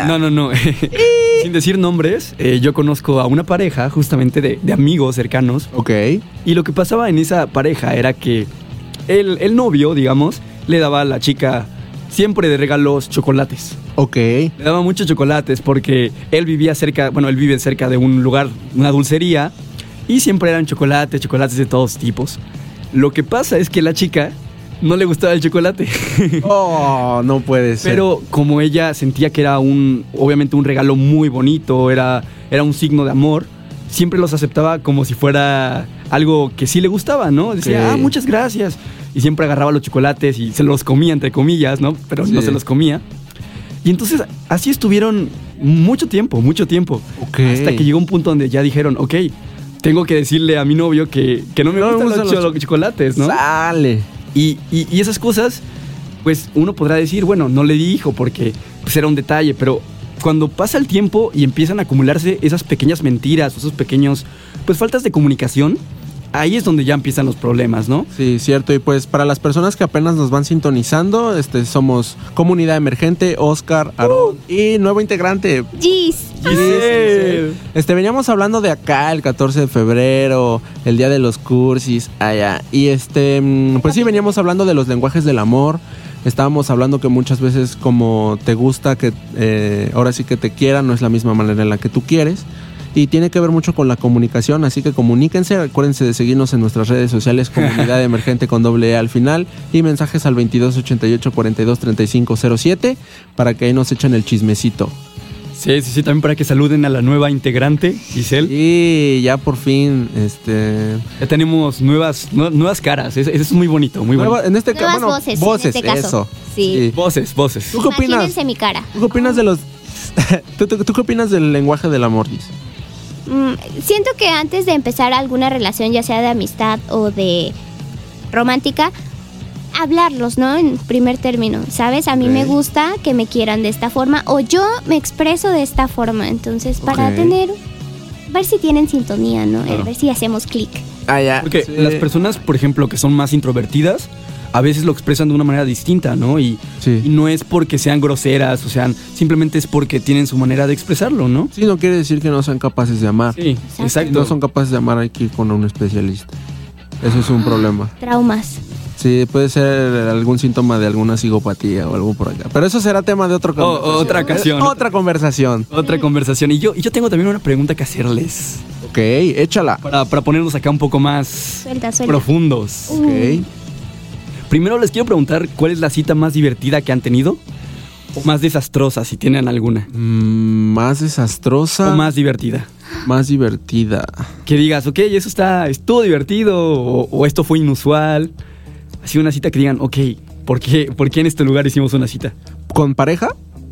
S6: No, no, no. Sin decir nombres, eh, yo conozco a una pareja justamente de, de amigos cercanos.
S8: Ok.
S6: Y lo que pasaba en esa pareja era que el, el novio, digamos, le daba a la chica siempre de regalos chocolates.
S8: Ok.
S6: Le daba muchos chocolates porque él vivía cerca, bueno, él vive cerca de un lugar, una dulcería, y siempre eran chocolates, chocolates de todos tipos. Lo que pasa es que la chica no le gustaba el chocolate,
S8: Oh, no puede ser.
S6: pero como ella sentía que era un, obviamente un regalo muy bonito, era, era un signo de amor, siempre los aceptaba como si fuera algo que sí le gustaba, ¿no? Decía,
S8: Ok.
S6: ah, muchas gracias. Y siempre agarraba los chocolates y se los comía, entre comillas, ¿no? Pero no
S8: Sí.
S6: se los comía. Y entonces así estuvieron mucho tiempo, mucho tiempo.
S8: Ok.
S6: Hasta que llegó un punto donde ya dijeron, ok, tengo que decirle a mi novio que, que no me
S8: No me
S6: gustan los,
S8: gustan los Ah,
S6: cho- chocolates, ¿no?
S8: Sale.
S6: Y, y- y esas cosas, pues uno podrá decir, bueno, no le dijo porque pues, era un detalle, pero cuando pasa el tiempo y empiezan a acumularse esas pequeñas mentiras, esos pequeños, pues faltas de comunicación, ahí es donde ya empiezan los problemas, ¿no?
S8: Sí, cierto. Y pues para las personas que apenas nos van sintonizando, este somos Comunidad Emergente, Oscar, Aarón
S6: ¡Uh!
S8: y nuevo integrante,
S7: Jeez.
S8: Sí, sí, sí. Este, veníamos hablando de acá, el 14 de febrero, el día de los cursis, allá. Y este, mm, pues sí, veníamos hablando de los lenguajes del amor. Estábamos hablando que muchas veces como te gusta que eh, ahora sí que te quieran, no es la misma manera en la que tú quieres. Y tiene que ver mucho con la comunicación, así que comuníquense, acuérdense de seguirnos en nuestras redes sociales, Comunidad Emergente con doble E al final, y mensajes al 2288 42 35 07 para que ahí nos echen el chismecito.
S6: Sí, sí, sí, también para que saluden a la nueva integrante, Giselle.
S8: Y ya por fin, este.
S6: Ya tenemos nuevas, nue- nuevas caras, eso eso es muy bonito, muy bonito.
S8: nueva- en este ca-
S7: Nuevas
S8: bueno,
S7: voces, en este caso.
S8: eso.
S7: Sí.
S6: Voces, voces.
S8: ¿Tú qué opinas?
S7: Imagínense mi cara.
S8: ¿Tú qué opinas de los. ¿Tú, tú- tú qué opinas del lenguaje del amor, Gis?
S7: Mm, siento que antes de empezar alguna relación, ya sea de amistad o de romántica, hablarlos, ¿no? En primer término, ¿sabes? A mí me
S8: Ok.
S7: gusta que me quieran de esta forma o yo me expreso de esta forma. Entonces, para
S8: Ok.
S7: tener, ver si tienen sintonía, ¿no? Eh,
S6: Claro.
S7: Ver si hacemos clic.
S8: Ah, ya.
S6: Porque las personas, por ejemplo, que son más introvertidas, a veces lo expresan de una manera distinta, ¿no? Y,
S8: Sí.
S6: y no es porque sean groseras, o sea, simplemente es porque tienen su manera de expresarlo, ¿no?
S8: Sí, no quiere decir que no sean capaces de amar.
S6: Sí,
S8: Si no son capaces de amar, hay que ir con un especialista. Eso es un
S7: Ah.
S8: problema.
S7: Traumas.
S8: Sí, puede ser algún síntoma de alguna psicopatía o algo por acá. Pero eso será tema de otro
S6: O- otra ocasión.
S8: Otra conversación.
S6: Otra conversación. Y yo, y yo tengo también una pregunta que hacerles
S8: Ok, échala.
S6: para, para ponernos acá un poco más
S7: Suelta, suelta.
S6: profundos.
S8: Ok.
S6: Primero les quiero preguntar cuál es la cita más divertida que han tenido o más desastrosa, si tienen alguna.
S8: Mm, más desastrosa.
S6: O más divertida.
S8: más divertida.
S6: Que digas, ok, eso está, estuvo divertido o, o esto fue inusual. Así una cita que digan, ok, ¿por qué, ¿por qué en este lugar hicimos una cita?
S8: ¿Con pareja?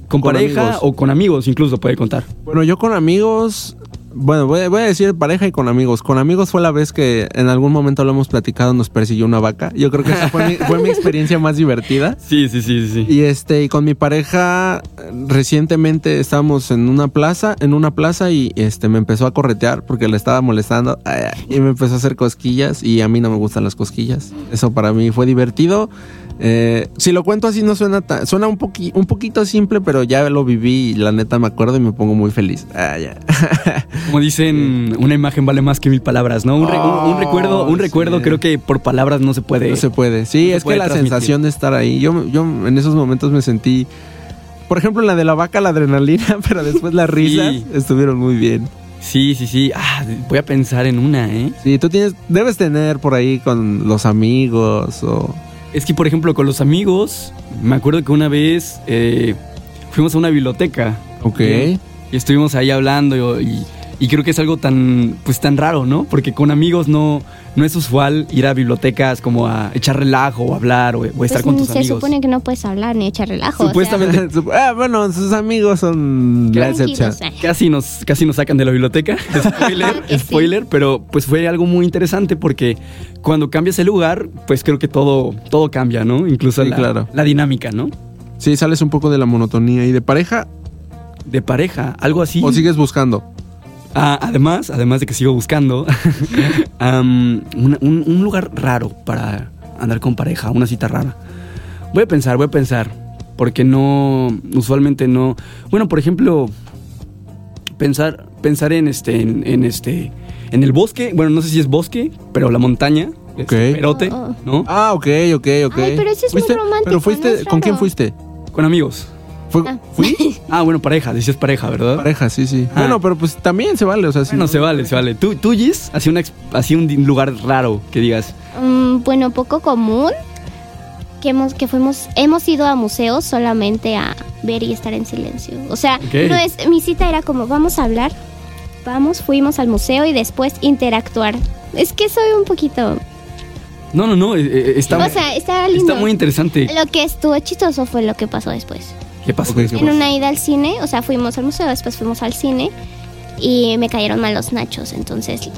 S6: Con,
S8: Con
S6: pareja
S8: amigos.
S6: o con amigos, incluso puede contar.
S8: Bueno, yo con amigos. Bueno, voy a, voy a decir pareja y con amigos. Con amigos fue la vez que en algún momento lo hemos platicado, nos persiguió una vaca. Yo creo que esa fue mi, fue mi experiencia más divertida.
S6: Sí, sí, sí, sí.
S8: Y este, y con mi pareja eh, recientemente estábamos en una plaza, en una plaza y este me empezó a corretear porque le estaba molestando ay, ay, y me empezó a hacer cosquillas y a mí no me gustan las cosquillas. Eso para mí fue divertido. Eh, si lo cuento así no suena tan, suena un, poqui- un poquito simple, pero ya lo viví y la neta me acuerdo y me pongo muy feliz. Ah, ya.
S6: Como dicen, una imagen vale más que mil palabras, ¿no? Un, re- un- un recuerdo, un
S8: sí.
S6: recuerdo creo que por palabras Ah, no se puede.
S8: No se puede. Sí,
S6: no se
S8: es
S6: puede
S8: que la
S6: transmitir.
S8: sensación de estar ahí. Yo, yo en esos momentos me sentí. Por ejemplo, la de la vaca, la adrenalina, pero después las risas estuvieron muy bien.
S6: Sí, sí, sí. Ah, voy a pensar en una, ¿eh?
S8: Sí, tú tienes, debes tener por ahí con los amigos o.
S6: Es que, por ejemplo, con los amigos, me acuerdo que una vez eh, fuimos a una biblioteca.
S8: Ok.
S6: ¿sí? Y estuvimos ahí hablando y, y- y creo que es algo tan, pues, tan raro, ¿no? Porque con amigos no, no es usual ir a bibliotecas como a echar relajo o hablar o, o estar
S7: Pues,
S6: con tus
S7: se
S6: amigos.
S7: supone que no puedes hablar ni echar relajo. o sea,
S6: Supuestamente
S8: ah, bueno, sus amigos son la
S7: tranquilos,
S8: excepción.
S7: ay.
S6: Casi nos, casi nos sacan de la biblioteca. Spoiler,
S7: Claro que sí.
S6: spoiler, pero pues fue algo muy interesante porque cuando cambias el lugar, pues creo que todo, todo cambia, ¿no? Incluso
S8: Sí,
S6: la,
S8: claro.
S6: la dinámica, ¿no?
S7: eh.
S8: Sí, sales un poco de la monotonía y de pareja
S6: De pareja, algo así.
S8: o sigues buscando.
S6: Ah, además, además de que sigo buscando, am, una- un, un lugar raro para andar con pareja, una cita rara. Voy a pensar, voy a pensar, porque no, usualmente no. Bueno, por ejemplo, pensar, pensar en este, en, en este, en el bosque. Bueno, no sé si es bosque, pero la montaña, este,
S8: Ok.
S6: perote,
S7: Oh, oh.
S6: ¿no?
S8: Ah, ok, ok, ok.
S7: Ay, pero eso es muy
S8: ¿Fuiste?
S7: romántico,
S8: Pero fuiste,
S7: no es
S8: ¿con
S7: raro.
S8: quién fuiste?
S6: Con amigos.
S8: Fue-
S7: Ah.
S8: ¿Fui?
S6: Ah, bueno, pareja, decías pareja, ¿verdad?
S8: Pareja, sí, sí.
S6: Ah.
S8: Bueno, pero pues también se vale, o sea, sí.
S6: Bueno, se vale, se vale. ¿Tú, tú Gis? Así, una, ex- así un di- lugar raro que digas.
S7: Mm, bueno, poco común que hemos que fuimos hemos ido a museos solamente a ver y estar en silencio. O sea,
S6: Ok.
S7: no es mi cita era como vamos a hablar, vamos, fuimos al museo y después interactuar. Es que soy un poquito,
S6: No, no, no, eh, eh, está,
S7: o sea, está lindo.
S6: está muy interesante.
S7: Lo que estuvo chistoso fue lo que pasó después.
S6: ¿Qué pasó?
S8: Ok, ¿qué
S7: En una ida al cine, o sea, fuimos al museo, después fuimos al cine y me cayeron mal los nachos, entonces,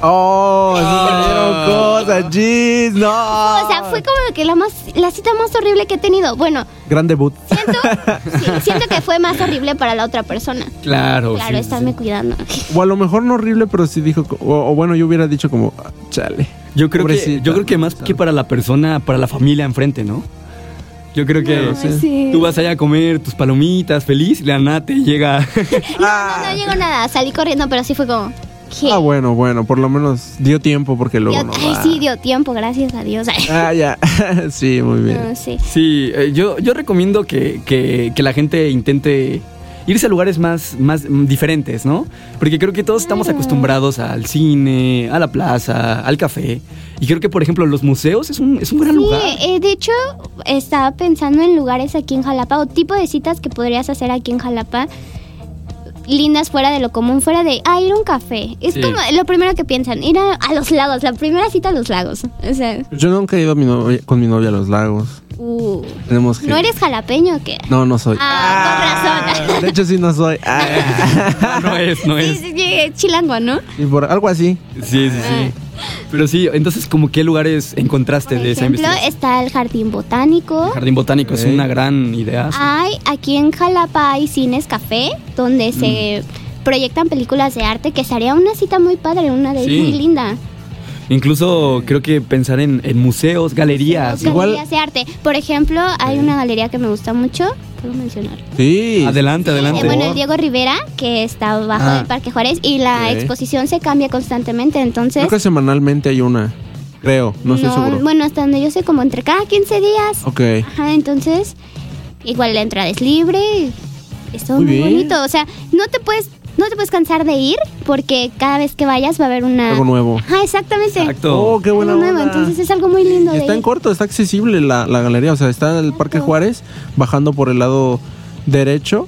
S8: Oh, sí salieron cosas, jeez, no.
S7: o sea, fue como que la más la cita más horrible que he tenido. Bueno,
S8: Gran debut.
S7: siento, sí, siento que fue más horrible para la otra persona.
S6: Claro,
S7: Claro,
S6: Oh, sí,
S7: estarme
S6: sí.
S7: cuidando.
S8: O a lo mejor no horrible, pero sí dijo, co- o, o bueno, yo hubiera dicho como, "Ah, chale.
S6: Yo creo que
S8: Pobrecita.
S6: yo creo que más que para la persona, para la familia enfrente, ¿no? Yo creo que
S7: Ay, sí.
S6: tú vas allá a comer tus palomitas, feliz, y la nata te llega.
S7: No, no llegó nada, salí corriendo, pero sí fue como. ¿qué?
S8: Ah, bueno, bueno, por lo menos dio tiempo porque luego
S7: Dio-
S8: no
S7: ay,
S8: va.
S7: sí, dio tiempo, gracias a Dios. Ay,
S8: Ah, ya. sí, muy bien.
S7: no, sí.
S6: sí, eh, yo, yo recomiendo que, que- que la gente intente irse a lugares más, más mm, diferentes, ¿no? Porque creo que todos estamos
S7: Claro.
S6: acostumbrados al cine, a la plaza, al café. Y creo que, por ejemplo, los museos es un, es un gran
S7: Sí,
S6: lugar.
S7: eh, de hecho, estaba pensando en lugares aquí en Jalapa o tipo de citas que podrías hacer aquí en Jalapa. Lindas fuera de lo común, fuera de, ah, ir a un café. Es
S6: Sí.
S7: como lo primero que piensan, ir a, a los lagos, la primera cita a los lagos. O sea,
S8: Yo nunca he ido a mi novia- con mi novia a los lagos.
S7: uh,
S8: Tenemos que...
S7: ¿no eres jalapeño o qué?
S8: No, no soy.
S7: Ah, con razón.
S8: De hecho, sí no soy. Ah.
S6: No, no es, no
S7: Sí,
S6: es.
S7: sí, sí, chilango, ¿no?
S8: y por algo así.
S6: Sí, sí,
S7: Ah.
S6: sí. Pero sí, entonces, ¿como qué lugares encontraste
S7: Por
S6: de esa
S7: ejemplo,
S6: investigación?
S7: está el jardín botánico.
S6: El jardín botánico es
S8: Ok.
S6: una gran idea. sí.
S7: Hay, aquí en Jalapa hay cines café donde se
S6: Mm.
S7: proyectan películas de arte que sería una cita muy padre, una de
S6: Sí.
S7: muy linda.
S6: Incluso creo que pensar en, en museos, galerías.
S7: Galerías de arte. Por ejemplo, hay una galería que me gusta mucho, puedo mencionar.
S8: Sí.
S6: Adelante,
S7: Eh,
S6: adelante.
S7: bueno, el Diego Rivera, que está bajo
S6: Ah.
S7: el Parque Juárez, y la
S8: Ok.
S7: exposición se cambia constantemente, entonces...
S8: Creo que semanalmente hay una. Creo, no estoy seguro.
S7: Bueno, hasta donde yo sé, como entre cada 15 días.
S8: Ok.
S7: Ajá, entonces, igual la entrada es libre, es todo
S8: Muy
S7: muy,
S8: bien.
S7: bonito. O sea, no te puedes, no te puedes cansar de ir, porque cada vez que vayas va a haber una.
S8: Algo nuevo.
S7: Ajá, exactamente.
S6: Exacto.
S8: Oh, qué
S7: Algo
S8: buena
S7: nuevo,
S8: onda.
S7: entonces es algo muy lindo.
S8: Y
S7: de
S8: está en
S7: ir.
S8: corto, está accesible la, la galería. O sea, está el Parque Juárez, bajando por el lado derecho,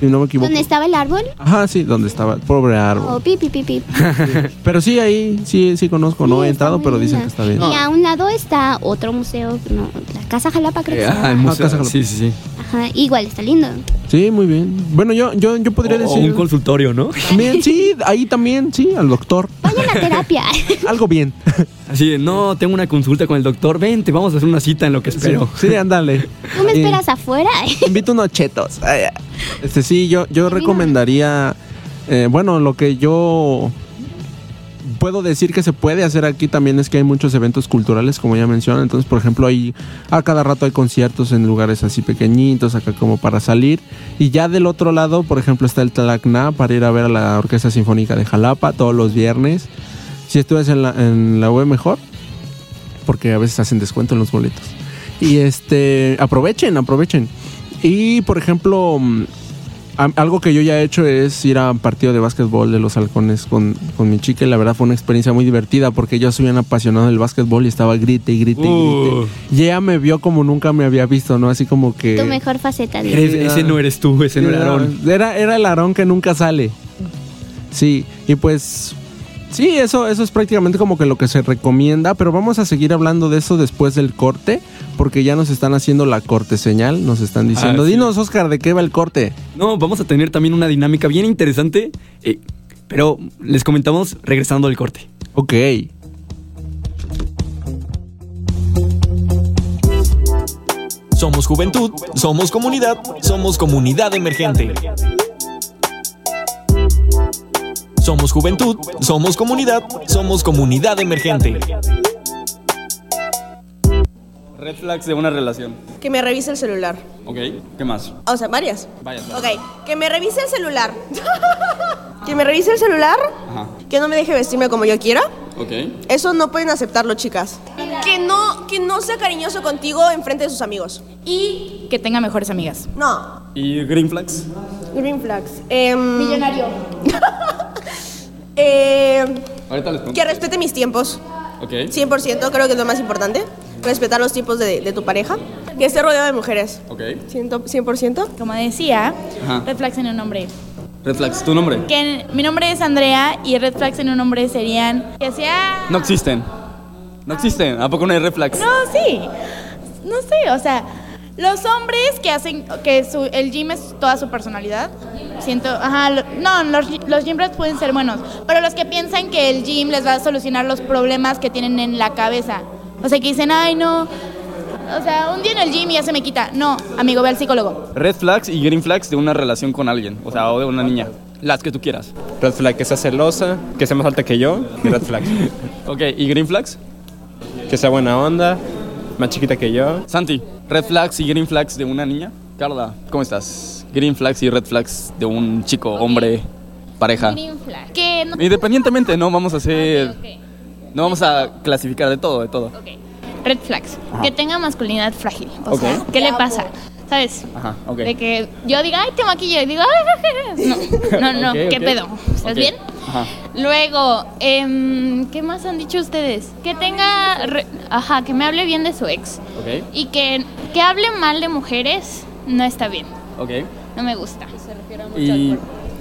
S8: si no me equivoco.
S7: ¿Dónde estaba el árbol?
S8: Ajá, sí, donde estaba el pobre
S7: Oh,
S8: árbol.
S7: pi, pi, pi, pi.
S8: Pero sí, ahí sí, sí conozco. Pues No
S7: Sí,
S8: he
S7: está
S8: entrado,
S7: muy
S8: pero dicen
S7: linda.
S8: que está bien.
S7: Y a un lado está otro museo, no, la Casa Jalapa creo que
S6: Eh,
S7: se
S6: ajá, el
S9: ah,
S7: llama.
S8: Ah,
S6: museo.
S8: Casa Jalapa.
S6: Sí, sí, sí.
S7: Ajá, Ajá, igual está lindo.
S8: Sí, muy bien. Bueno, yo, yo, yo
S6: Oh,
S8: podría
S9: O
S8: decir.
S9: un consultorio, ¿no?
S8: También, sí, ahí también, sí, al doctor.
S7: Vayan a terapia.
S8: Algo bien.
S9: Así de, no, tengo una consulta con el doctor, vente, vamos a hacer una cita en lo que espero.
S8: Sí, sí, ándale.
S7: ¿Tú me
S8: Eh,
S7: esperas afuera?
S8: Invito unos chetos. Ay, ay. Este sí, yo, yo recomendaría. eh, bueno, lo que yo puedo decir que se puede hacer aquí también es que hay muchos eventos culturales, como ya mencionan. Entonces, por ejemplo, hay a cada rato hay conciertos en lugares así pequeñitos, acá como para salir. Y ya del otro lado, por ejemplo, está el Tlacna para ir a ver a la Orquesta Sinfónica de Jalapa todos los viernes. Si estuvieras en la, en la web mejor, porque a veces hacen descuento en los boletos. Y este, aprovechen, aprovechen. Y por ejemplo, mm, a- algo que yo ya he hecho es ir a un partido de básquetbol de los halcones con, con mi chica y la verdad fue una experiencia muy divertida porque yo soy un apasionado del básquetbol y estaba grite y grite y
S9: Uh.
S8: grite. Y ella me vio como nunca me había visto, ¿no? Así como que...
S7: tu mejor faceta. Diego.
S9: Eres- ese no eres tú, ese no era Aarón.
S8: Era, era el Aarón que nunca sale. Sí, y pues. Sí, eso, eso es prácticamente como que lo que se recomienda, pero vamos a seguir hablando de eso después del corte, porque ya nos están haciendo la corte señal, nos están diciendo,
S9: Ah, sí.
S8: dinos Oscar, ¿de qué va el corte?
S9: No, vamos a tener también una dinámica bien interesante, eh, pero les comentamos regresando al corte.
S8: Ok.
S10: Eh,
S1: Somos juventud, somos comunidad, somos comunidad emergente. Somos juventud, somos comunidad, somos comunidad emergente.
S9: Red flags de una relación.
S11: Que me revise el celular.
S9: Ok, ¿qué más?
S11: O sea, varias.
S9: Vaya,
S11: Ok, que me revise el celular. que me revise el celular.
S9: Ajá.
S11: Que no me deje vestirme como yo quiera.
S9: Ok.
S11: Eso no pueden aceptarlo, chicas. Que no, que no sea cariñoso contigo en frente de sus amigos.
S12: Y que tenga mejores amigas.
S11: No.
S9: ¿Y green flags?
S11: Green flags. Em,
S12: Millonario.
S11: em,
S9: Ahorita les pregunto.
S11: que respete mis tiempos.
S9: Ok.
S11: 100% creo que es lo más importante. Respetar los tiempos de, de tu pareja. Que esté rodeado de mujeres.
S9: Ok.
S11: Ciento- 100%.
S12: Como decía,
S9: Ajá.
S12: red flags en un hombre.
S9: Red flags, ¿tu nombre?
S12: Que mi nombre es Andrea y red flags en un hombre serían que sea.
S9: No existen. No existen. ¿A poco no hay red flags?
S12: No, sí. No sé, o sea, los hombres que hacen que su- el gym es toda su personalidad. Siento, ajá, lo- no, los, los gym rats pueden ser buenos, pero los que piensan que el gym les va a solucionar los problemas que tienen en la cabeza. O sea, que dicen, "Ay, no, o sea, un día en el gym y ya se me quita." No, amigo, ve al psicólogo.
S9: Red flags y green flags de una relación con alguien, o sea, o de una niña. Las que tú quieras.
S10: Red flag que sea celosa, que sea más alta que yo, y red flag.
S9: Ok, ¿y green flags?
S10: que sea buena onda, más chiquita que yo.
S9: Santi, red flags y green flags de una niña. Carla, ¿cómo estás? Green flags y red flags de un chico, hombre, pareja.
S12: Que no
S9: Independientemente, no vamos a hacer. No vamos a clasificar de todo, de todo.
S12: Red flags. Que tenga masculinidad frágil. O
S9: Ok.
S12: sea, ¿qué le pasa? ¿Sabes?
S9: Ajá, ok.
S12: De que yo diga, ay, te maquillo. Y digo, ay, no, no, no,
S9: Ok,
S12: ¿qué
S9: ok.
S12: pedo? ¿Estás
S9: Ok.
S12: bien?
S9: Ajá.
S12: Luego, em, ¿qué más han dicho ustedes? Que tenga, re- ajá, que me hable bien de su ex.
S9: Ok,
S12: Y que, que hable mal de mujeres no está bien.
S9: ok.
S12: No me gusta.
S9: ¿Y,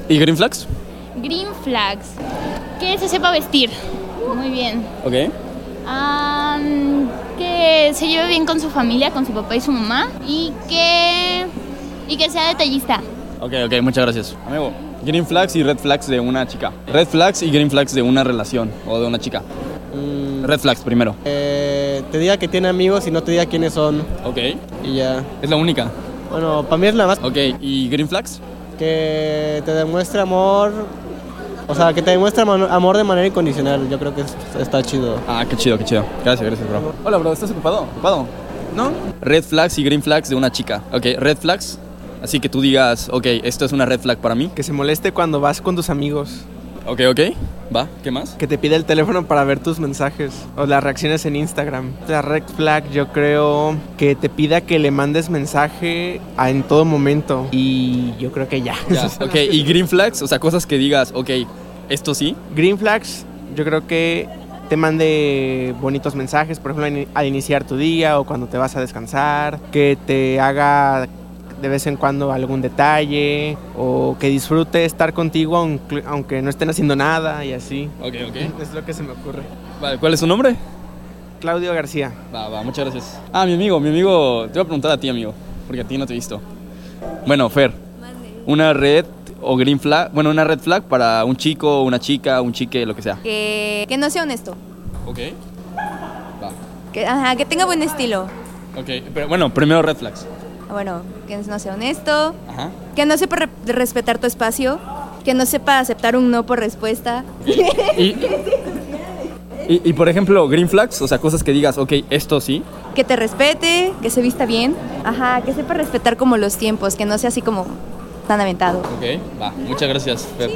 S9: ¿y green flags?
S12: Green flags. Que se sepa vestir. Muy bien.
S9: Ok.
S12: Ah, mm, que se lleve bien con su familia, con su papá y su mamá. Y que. Y que sea detallista.
S9: Ok, ok, muchas gracias. Amigo, green flags y red flags de una chica. Red flags y green flags de una relación o de una chica. Red flags primero.
S10: te diga que tiene amigos y no te diga quiénes son.
S9: Ok, es
S10: Y ya.
S9: la única.
S10: Bueno, para mí es la más
S9: Ok, ¿y green flags?
S10: que te demuestre amor. O sea, que te demuestre man- amor de manera incondicional. Yo creo que es- está chido.
S9: Ah, qué chido, qué chido. Gracias, gracias, bro. Hola, bro, ¿estás ocupado? ¿Ocupado? No. Red flags y green flags de una chica. Ok, red flags. Así que tú digas, ok, esto es una red flag para mí.
S10: Que se moleste cuando vas con tus amigos.
S9: Ok, ok, va, ¿qué más?
S10: Que te pida el teléfono para ver tus mensajes o las reacciones en Instagram. La red flag yo creo que te pida que le mandes mensaje a- en todo momento. Y yo creo que ya.
S9: Ya, ok, y green flags, o sea, cosas que digas, ok, esto sí.
S10: Green flags yo creo que te mande bonitos mensajes, por ejemplo, in- al iniciar tu día o cuando te vas a descansar. Que te haga de vez en cuando algún detalle o que disfrute estar contigo aunque- aunque no estén haciendo nada y así.
S9: Ok, ok.
S10: Es lo que se me ocurre.
S9: Vale, ¿cuál es su nombre?
S10: Claudio García.
S9: Va, va, muchas gracias. Ah, mi amigo, mi amigo, te voy a preguntar a ti, amigo, porque a ti no te he visto. Bueno, Fer, una red o green flag, bueno, una red flag para un chico, una chica, un chique, lo que sea.
S13: Que, que no sea honesto.
S9: Ok.
S13: Que, ajá, que tenga buen estilo.
S9: Ok, pero bueno, primero red flags.
S13: Bueno, que no sea honesto.
S9: Ajá.
S13: Que no sepa re- respetar tu espacio. Que no sepa aceptar un no por respuesta.
S9: Y, y, y, por ejemplo, green flags, o sea, cosas que digas, ok, esto sí.
S13: Que te respete, que se vista bien. Ajá, que sepa respetar como los tiempos, que no sea así como tan aventado.
S9: Ok, va, muchas gracias, Fer.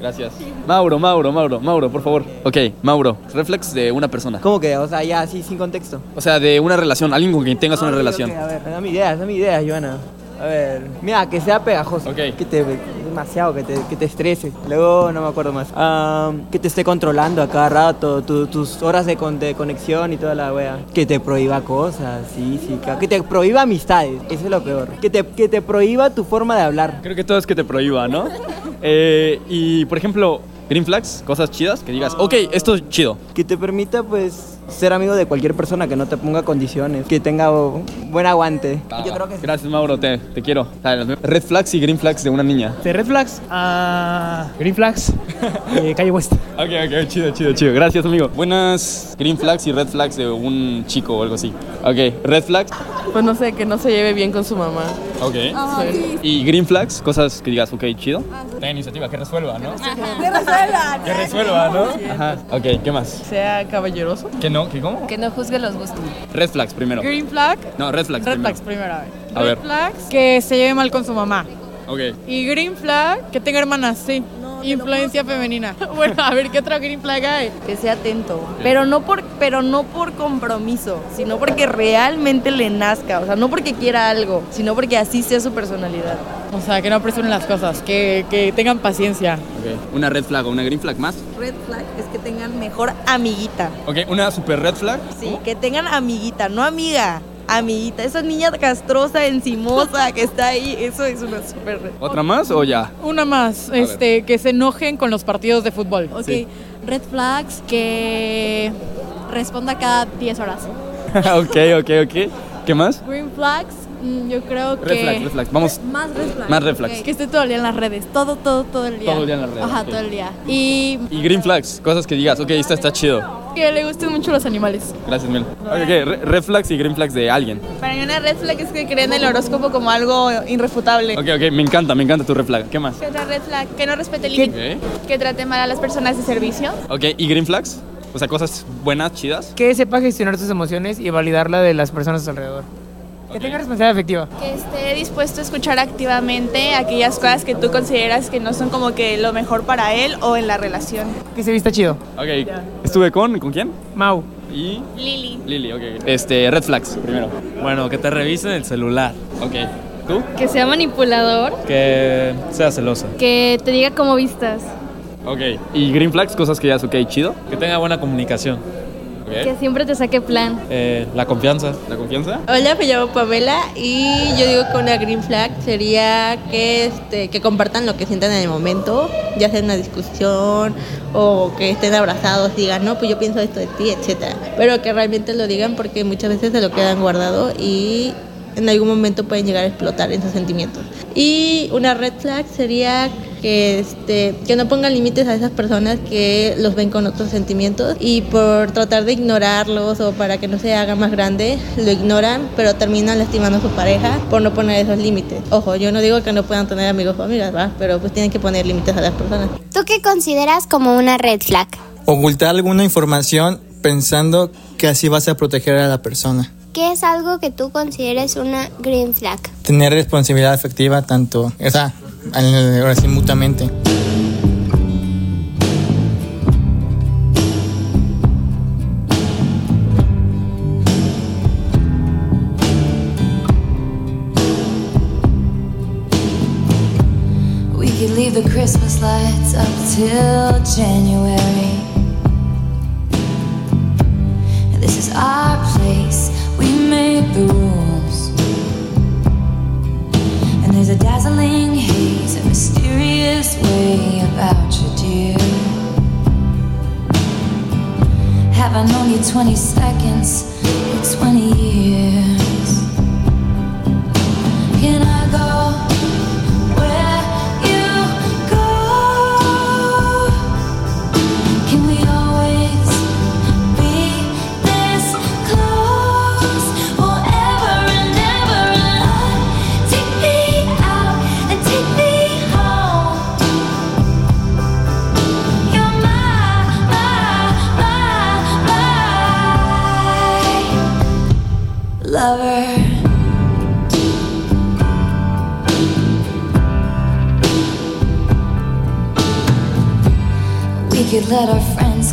S9: Gracias. Mauro, Mauro, Mauro, Mauro, por favor. Ok, Mauro, red flags de una persona.
S14: ¿Cómo que? O sea, ya así sin contexto.
S9: O sea, de una relación, alguien con quien tengas una
S14: Ok,
S9: relación.
S14: ok, a ver, dame ideas, dame ideas, Joana. A ver, mira, que sea pegajoso. Que te demasiado, que te, que te estrese. Luego no me acuerdo más. Am, que te esté controlando a cada rato, tu- tus horas de, con- de conexión y toda la wea. Que te prohíba cosas, sí, sí. ca- Que te prohíba amistades, eso es lo peor. Que te, que te prohíba tu forma de hablar.
S9: Creo que todo es que te prohíba, ¿no? Eh, y, por ejemplo, green flags, cosas chidas que digas, ok, esto es chido.
S14: Que te permita, pues, ser amigo de cualquier persona, que no te ponga condiciones, que tenga oh, buen aguante.
S9: Yo creo que Gracias, Mauro, te, te quiero. Dale, Red flags y green flags de una niña.
S15: De Red Flags a Green Flags, eh, Calle West.
S9: Ok, ok, chido, chido, chido. Gracias, amigo. Buenas green flags y red flags de un chico o algo así. Ok, red flags.
S16: Pues no sé, que no se lleve bien con su mamá.
S9: Ok.
S16: Ajá, sí.
S9: Y green flags, cosas que digas, ok, chido.
S16: Tenga iniciativa, que resuelva, ¿no?
S9: Que resuelva, ¿no? Ajá. Ok, ¿qué más?
S16: Sea caballeroso.
S9: ¿Que no? ¿Que cómo?
S16: Que no juzgue los gustos.
S9: Red flags primero.
S16: Green flag.
S9: No, red flags
S16: Red
S9: primero.
S16: flags primero. a ver.
S9: A
S16: Red
S9: ver.
S16: flags que se lleve mal con su mamá.
S9: Ok.
S16: Y green flag que tenga hermanas, sí. Influencia femenina. Bueno, a ver qué otra green flag hay. Que sea atento,
S17: Pero no por, pero no por compromiso, sino porque realmente le nazca. O sea, no porque quiera algo, sino porque así sea su personalidad.
S16: O sea, que no apresuren las cosas, que, que tengan paciencia.
S9: Ok. Una red flag o una green flag más.
S17: Red flag es que tengan mejor amiguita.
S9: Ok, una super red flag.
S17: Sí, que tengan amiguita, no amiga. Amiguita, esa niña castrosa, encimosa que está ahí, eso es una super red.
S9: ¿Otra más o ya?
S16: Una más,
S9: ver.
S16: este, que se enojen con los partidos de fútbol.
S18: Ok,
S9: Sí.
S18: red flags que responda cada 10 horas.
S9: ok, ok, ok. ¿Qué más?
S18: Green flags, mm, yo creo que...
S9: Red flags, red flags. Vamos.
S18: Más red flags.
S9: Más red flags.
S18: Ok, Que esté todo el día en las redes, todo, todo, todo el día.
S9: Todo el día en las redes,
S18: Ajá,
S9: ok.
S18: todo el día. Y
S9: Y green flags, cosas que digas, ok, esta está chido.
S18: que le gusten mucho los animales.
S9: Gracias, Mel. Ok, re- red flags y green flags de alguien.
S16: Para mí una red flag es que creen el horóscopo como algo irrefutable.
S9: Ok, ok, me encanta, me encanta tu red flag. ¿Qué más?
S12: Otra red flag, que no respete límites.
S9: Ok.
S12: Que trate mal a las personas de servicio.
S9: Ok, ¿y green flags? O sea, cosas buenas, chidas.
S19: Que sepa gestionar sus emociones y validarla de las personas a su alrededor. Que tenga responsabilidad afectiva.
S20: Que esté dispuesto a escuchar activamente aquellas cosas que tú consideras que no son como que lo mejor para él o en la relación.
S19: Que se vista chido.
S9: Ok, estuve con, ¿con quién?
S19: Mau.
S9: Y
S20: Lili.
S9: Lili, ok. Este, red flags primero.
S21: Bueno, que te revisen el celular.
S9: Ok, ¿tú?
S22: Que sea manipulador,
S21: Que sea celoso.
S22: que te diga cómo vistas,
S9: Ok, ¿y green flags? Cosas que digas, ok, chido.
S21: Que tenga buena comunicación.
S22: que siempre te saque plan.
S21: Eh, la confianza.
S9: ¿La confianza?
S11: Hola, me llamo Pamela y yo digo que una green flag sería que, este, que compartan lo que sientan en el momento, ya sea en una discusión o que estén abrazados, digan, no, pues yo pienso esto de ti, etcétera. Pero que realmente lo digan porque muchas veces se lo quedan guardado y en algún momento pueden llegar a explotar en sus sentimientos. Y una red flag sería que, este, que no pongan límites a esas personas que los ven con otros sentimientos y por tratar de ignorarlos o para que no se haga más grande, lo ignoran, pero terminan lastimando a su pareja por no poner esos límites. Ojo, yo no digo que no puedan tener amigos o amigas, ¿va? pero pues tienen que poner límites a las personas.
S7: ¿Tú qué consideras como una red flag?
S23: Ocultar alguna información pensando que así vas a proteger a la persona.
S7: ¿Qué es algo que tú consideres una green flag?
S23: Tener responsabilidad afectiva tanto, o sea, al- ahora sí mutuamente.
S24: We could leave the Christmas lights up till January. This is our place, we made the rules. And there's a dazzling haze, a mysterious way about you, dear. Have I known you 20 seconds or 20 years? Can I go
S12: We could let our friends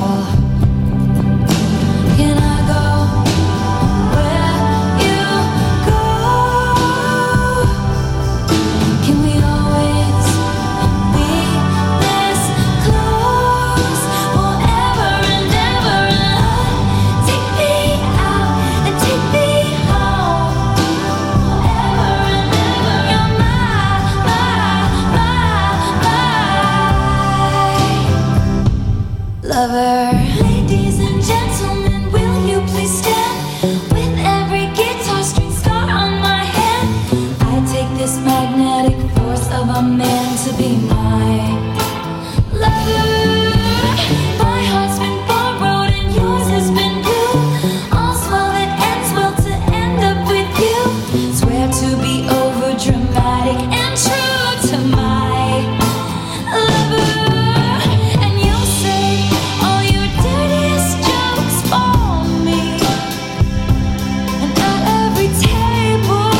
S12: Can I go where you go? Can we always be this close forever and ever? And love? take me out and take me home forever and ever. You're my, my, my, my lover. Ladies and gentlemen, will you please stand? With every guitar string scar on my hand, I take this magnetic force of a man to be my lover. My heart's been borrowed and yours has been blue. All's well that ends well to end up with you. Swear to be over dramatic and true to my lover. And you'll say all your dirtiest jokes for me. And at every table,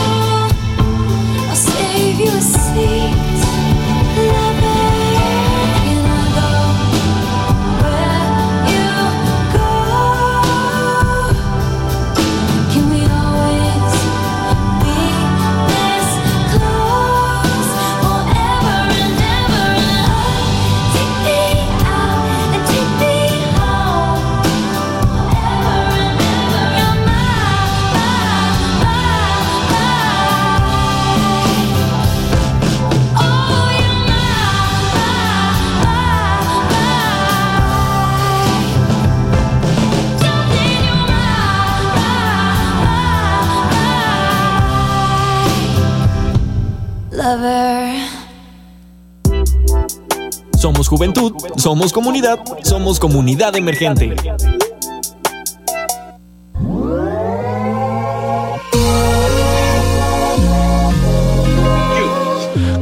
S12: I'll save you a seat. Lover, can I go where you go? Can we always be this close forever and ever? And love, take me out and take me home forever and ever. You're Lover.
S1: Somos juventud, somos comunidad, somos comunidad emergente.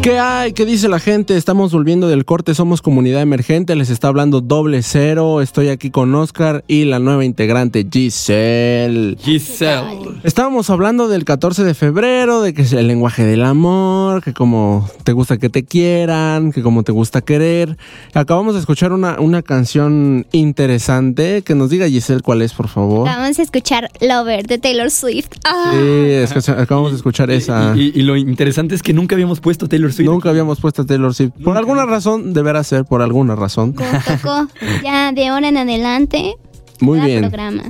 S8: ¿Qué hay? ¿Qué dice la gente? Estamos volviendo del corte, somos comunidad emergente, les está hablando doble cero, estoy aquí con Oscar y la nueva integrante Giselle.
S6: Giselle.
S8: Estábamos hablando del 14 de febrero, de que es el lenguaje del amor, que como te gusta que te quieran, que como te gusta querer. Acabamos de escuchar una, una canción interesante, que nos diga Giselle cuál es, por favor.
S7: Vamos a escuchar Lover de Taylor Swift. Ah.
S8: Sí, es que acabamos de escuchar esa.
S6: Y, y lo interesante es que nunca habíamos puesto Taylor Swift.
S8: Nunca habíamos puesto a Taylor Swift. Por alguna razón, deberá ser, por alguna razón.
S7: Tocó ya de ahora en adelante.
S8: Muy
S7: cada
S8: bien.
S7: programa.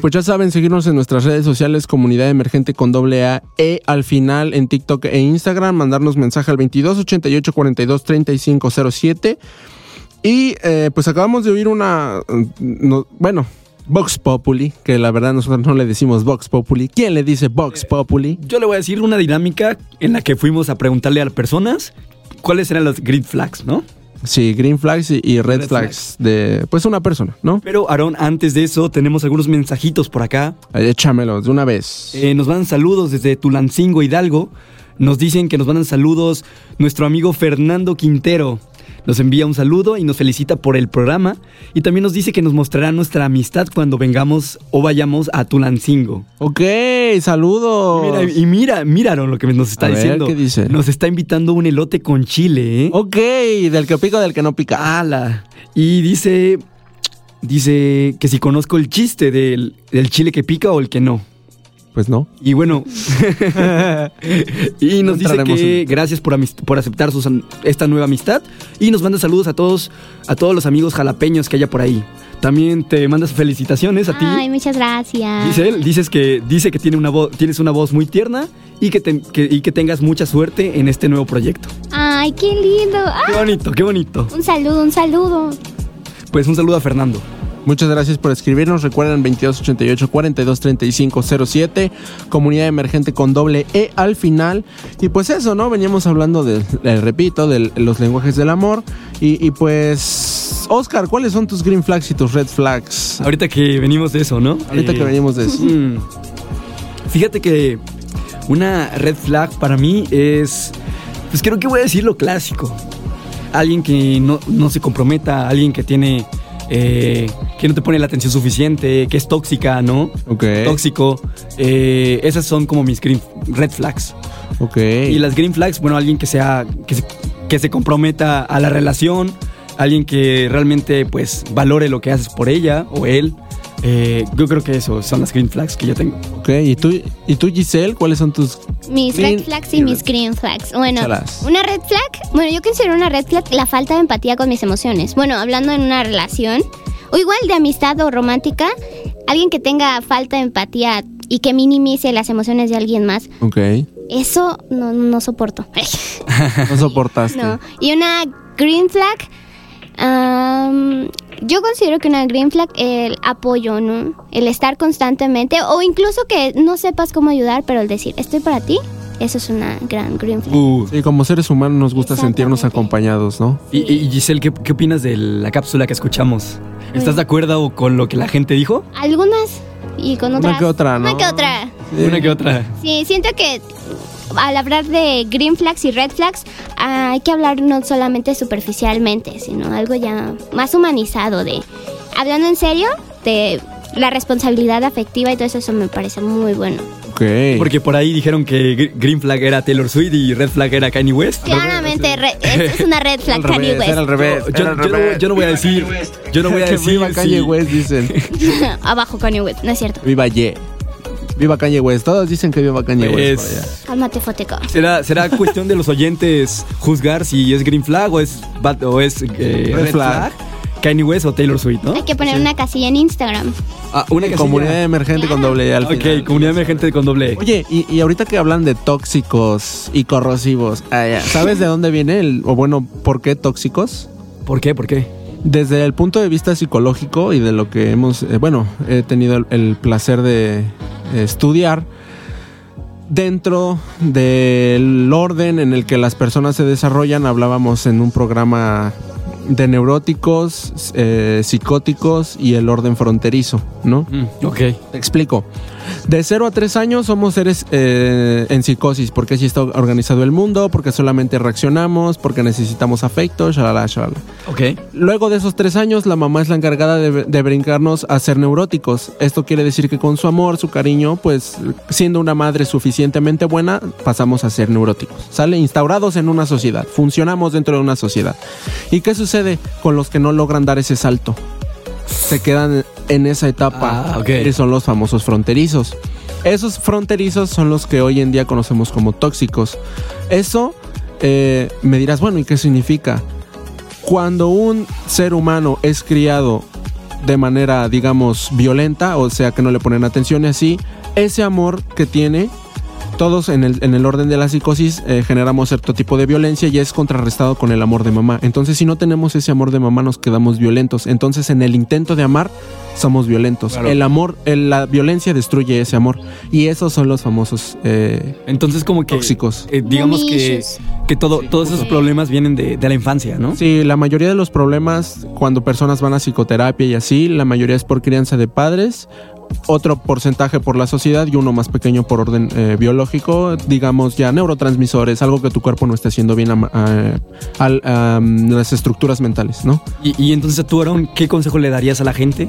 S8: Pues ya saben, seguirnos en nuestras redes sociales, Comunidad Emergente con doble A, E al final en TikTok e Instagram, mandarnos mensaje al 22 88 42 35 07. Y eh, pues acabamos de oír una. mm, no- bueno, Vox Populi, que la verdad nosotros no le decimos Vox Populi. ¿Quién le dice Vox Populi?
S6: Yo le voy a decir una dinámica en la que fuimos a preguntarle a las personas cuáles eran las green flags, ¿no?
S8: Sí, green flags y, y red,
S6: Red
S8: flags de pues una persona, ¿no?
S6: Pero, Aarón, antes de eso, tenemos algunos mensajitos por acá.
S8: Échamelos de una vez.
S6: Eh, nos mandan saludos desde Tulancingo, Hidalgo. Nos dicen que nos mandan saludos nuestro amigo Fernando Quintero. Nos envía un saludo y nos felicita por el programa. Y también nos dice que nos mostrará nuestra amistad cuando vengamos o vayamos a Tulancingo.
S8: Ok, saludos.
S6: Mira, y mira, mira Aarón, lo que nos está
S8: A ver,
S6: diciendo.
S8: ¿qué dice?
S6: Nos está invitando un elote con chile, ¿eh?
S8: Ok, del que pica, del que no pica. Ah,
S6: ¡Hala! Y dice. Dice que si conozco el chiste del, del chile que pica o el que no.
S8: Pues no.
S6: Y bueno. y
S8: No
S6: nos dice
S8: entraremos
S6: que
S8: en-
S6: gracias por, amist- por aceptar sus am- esta nueva amistad. Y nos manda saludos a todos, a todos los amigos jalapeños que haya por ahí. También te mandas felicitaciones a ti.
S7: Ay, muchas gracias.
S6: Dice él, dices que, dice que tiene una voz, tienes una voz muy tierna y que, te- que- y que tengas mucha suerte en este nuevo proyecto.
S7: Ay, qué lindo.
S6: Qué
S7: Ay,
S6: bonito, qué bonito.
S7: un saludo, un saludo.
S6: Pues un saludo a Fernando.
S8: Muchas gracias por escribirnos. Recuerden 2288 423507 comunidad emergente con doble E al final. Y pues eso, ¿no? Veníamos hablando del, eh, repito, de los lenguajes del amor. Y, y pues, Oscar, ¿cuáles son tus green flags y tus red flags?
S6: Ahorita que venimos de eso, ¿no? Eh,
S8: Ahorita que venimos de eso.
S6: Mm. Fíjate que una red flag para mí es, pues creo que voy a decir lo clásico. Alguien que no, no se comprometa, alguien que tiene, eh, que no te pone la atención suficiente, que es tóxica, ¿no?
S8: Ok.
S6: Tóxico. Eh, esas son como mis green- red flags.
S8: Ok.
S6: Y las green flags, bueno, alguien que sea que se, que se comprometa a la relación, alguien que realmente pues valore lo que haces por ella o él. Eh, yo creo que eso son las green flags que yo tengo.
S8: Ok, ¿y tú, ¿y tú Giselle? ¿Cuáles son tus...?
S7: Mis
S8: green-
S7: red flags y mis green flags. Bueno,
S8: Chalas.
S7: una red flag, bueno, yo considero una red flag la falta de empatía con mis emociones. Bueno, hablando en una relación, o igual de amistad o romántica, alguien que tenga falta de empatía y que minimice las emociones de alguien más,
S8: Ok.
S7: eso no, no soporto.
S8: No soportaste.
S7: No. Y una green flag. am, yo considero que una green flag el apoyo, ¿no? El estar constantemente o incluso que no sepas cómo ayudar, pero el decir, estoy para ti, eso es una gran green
S6: Uh.
S7: flag.
S8: Sí, como seres humanos nos gusta sentirnos acompañados, ¿no?
S6: Y, y Giselle, ¿qué, qué opinas de la cápsula que escuchamos? ¿Estás
S7: Bueno.
S6: de acuerdo o con lo que la gente dijo?
S7: Algunas y con otras.
S6: que otra,
S7: Una
S6: ¿no?
S7: que otra.
S8: Eh.
S6: Una que otra.
S7: Sí, siento que al hablar de green flags y red flags, ah, hay que hablar no solamente superficialmente, sino algo ya más humanizado de, hablando en serio, de la responsabilidad afectiva y todo eso, eso me parece muy bueno.
S6: Porque por ahí dijeron que gr- green flag era Taylor Swift y red flag era Kanye West.
S7: Claramente, re- es es una red flag, Kanye West.
S6: Yo, yo no, voy- yo no voy a decir. Yo no voy a
S8: Que
S6: decir.
S8: viva Kanye
S6: si-
S8: West, dicen.
S7: Abajo Kanye West, no es cierto.
S8: Viva Ye. Viva Kanye West. Todos dicen que viva Kanye West. por allá.
S6: Es-
S7: Cálmate, foteco.
S6: será, será cuestión de los oyentes juzgar si es green flag o es, bad- o es eh, red, flag. Kanye West o Taylor Swift, ¿no?
S7: Hay que poner una casilla en Instagram.
S6: Ah, una
S8: Sí, comunidad emergente con doble E al
S6: Ok,
S8: final.
S6: comunidad emergente con doble E.
S8: Oye, y, y ahorita que hablan de tóxicos y corrosivos, ah, ya, ¿sabes de dónde viene el, o bueno, por qué tóxicos?
S6: ¿Por qué? ¿Por qué?
S8: Desde el punto de vista psicológico y de lo que hemos, eh, bueno, he tenido el, el placer de eh, estudiar, dentro del orden en el que las personas se desarrollan, hablábamos en un programa de neuróticos, eh, psicóticos y el orden fronterizo, ¿no?
S6: ok.
S8: Te explico. De 0 a 3 años somos seres eh, en psicosis, porque así está organizado el mundo, porque solamente reaccionamos, porque necesitamos afecto, shalala, shalala.
S6: Ok.
S8: Luego de esos tres años, la mamá es la encargada de, de brincarnos a ser neuróticos. Esto quiere decir que con su amor, su cariño, pues siendo una madre suficientemente buena, pasamos a ser neuróticos. Sale instaurados en una sociedad, funcionamos dentro de una sociedad. ¿Y qué sucede con los que no logran dar ese salto? Se quedan en esa etapa
S6: Ah, ok.
S8: y son los famosos fronterizos. Esos fronterizos son los que hoy en día conocemos como tóxicos. Eso eh, me dirás, bueno, ¿y qué significa? cuando un ser humano es criado de manera, digamos, violenta, o sea, que no le ponen atención y así, ese amor que tiene, todos en el, en el orden de la psicosis eh, generamos cierto tipo de violencia y es contrarrestado con el amor de mamá. Entonces, si no tenemos ese amor de mamá, nos quedamos violentos. Entonces, en el intento de amar, somos violentos.
S6: Claro.
S8: El amor, el- la violencia destruye ese amor. Y esos son los famosos... eh,
S6: Entonces, como que.
S8: Tóxicos.
S6: eh, digamos
S8: Mommy
S6: que,
S8: issues.
S6: que todo, todos esos problemas vienen de, de la infancia, ¿no?
S8: Sí, la mayoría de los problemas cuando personas van a psicoterapia y así, la mayoría es por crianza de padres, otro porcentaje por la sociedad y uno más pequeño por orden eh, biológico, digamos ya neurotransmisores, algo que tu cuerpo no está haciendo bien a- a- al- a las estructuras mentales, ¿no?
S6: Y, y entonces tú, Aaron, ¿qué consejo le darías a la gente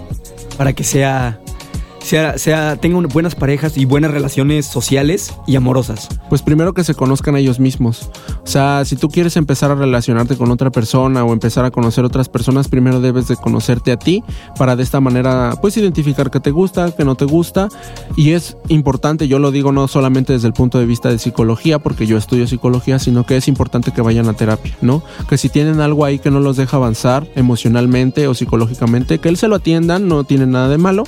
S6: para que sea, sea, sea tenga un- buenas parejas y buenas relaciones sociales y amorosas?
S8: Pues primero que se conozcan ellos mismos. O sea, si tú quieres empezar a relacionarte con otra persona o empezar a conocer otras personas, primero debes de conocerte a ti para de esta manera pues identificar qué te gusta, qué no te gusta. Y es importante, yo lo digo no solamente desde el punto de vista de psicología, porque yo estudio psicología, sino que es importante que vayan a terapia, ¿no? Que si tienen algo ahí que no los deja avanzar emocionalmente o psicológicamente, que él se lo atiendan, no tiene nada de malo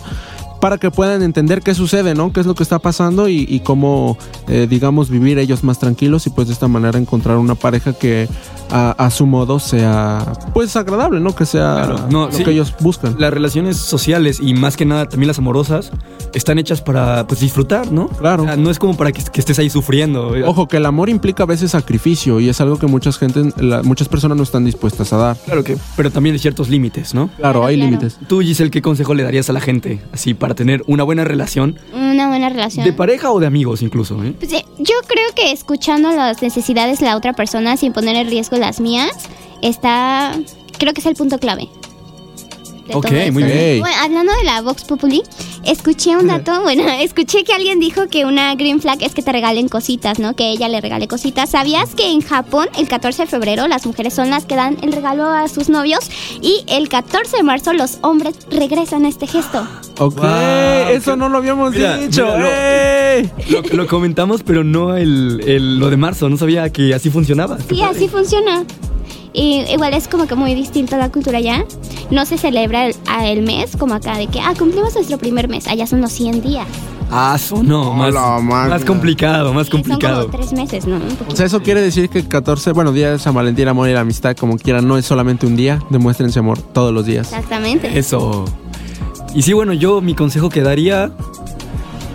S8: para que puedan entender qué sucede, ¿no? Qué es lo que está pasando y, y cómo, eh, digamos, vivir ellos más tranquilos y pues de esta manera encontrar una pareja que a, a su modo sea, pues, agradable, ¿no? Que sea
S6: No,
S8: lo
S6: sí.
S8: que ellos buscan.
S6: Las relaciones sociales y más que nada también las amorosas están hechas para pues, disfrutar, ¿no? Claro. no es como para que, que estés ahí sufriendo.
S8: Ojo, que el amor implica a veces sacrificio y es algo que muchas, gente, la- muchas personas no están dispuestas a dar.
S6: Claro que, pero también hay ciertos límites, ¿no?
S8: Claro, hay límites.
S6: Tú, Giselle, ¿qué consejo le darías a la gente así para para tener una buena relación
S7: Una buena relación.
S6: de pareja o de amigos incluso. ¿eh?
S7: Pues, eh, yo creo que escuchando las necesidades de la otra persona sin poner en riesgo las mías, está. Creo que es el punto clave. de
S6: Ok,
S7: todo esto,
S6: muy
S7: ¿no?
S6: bien.
S7: Bueno, hablando de la Vox Populi, escuché un dato, bueno, escuché que alguien dijo que una green flag es que te regalen cositas, ¿no? Que ella le regale cositas. ¿Sabías que en Japón el 14 de febrero las mujeres son las que dan el regalo a sus novios y el 14 de marzo los hombres regresan este gesto?
S8: Ok, eso no lo habíamos
S6: Mira,
S8: dicho.
S6: mira, lo-
S8: ¡eh!
S6: Lo, lo comentamos, pero no el, el- lo de marzo. No sabía que así funcionaba.
S7: Sí, así funciona. Y igual es como que muy distinta la cultura allá. No se celebra el, a el mes como acá, de que, ah, cumplimos nuestro primer mes. Allá son los 100 días.
S6: Ah, eso no. Más, más
S8: Ah,
S6: complicado, más
S7: Son como
S6: complicado.
S7: tres meses, ¿no? Un
S8: O
S7: poquito.
S8: sea, eso quiere decir que el 14, bueno, día de San Valentín, amor y la amistad, como quieran, no es solamente un día. Demuéstrense amor todos los días.
S7: Exactamente.
S6: Eso. Y sí, bueno, yo mi consejo que daría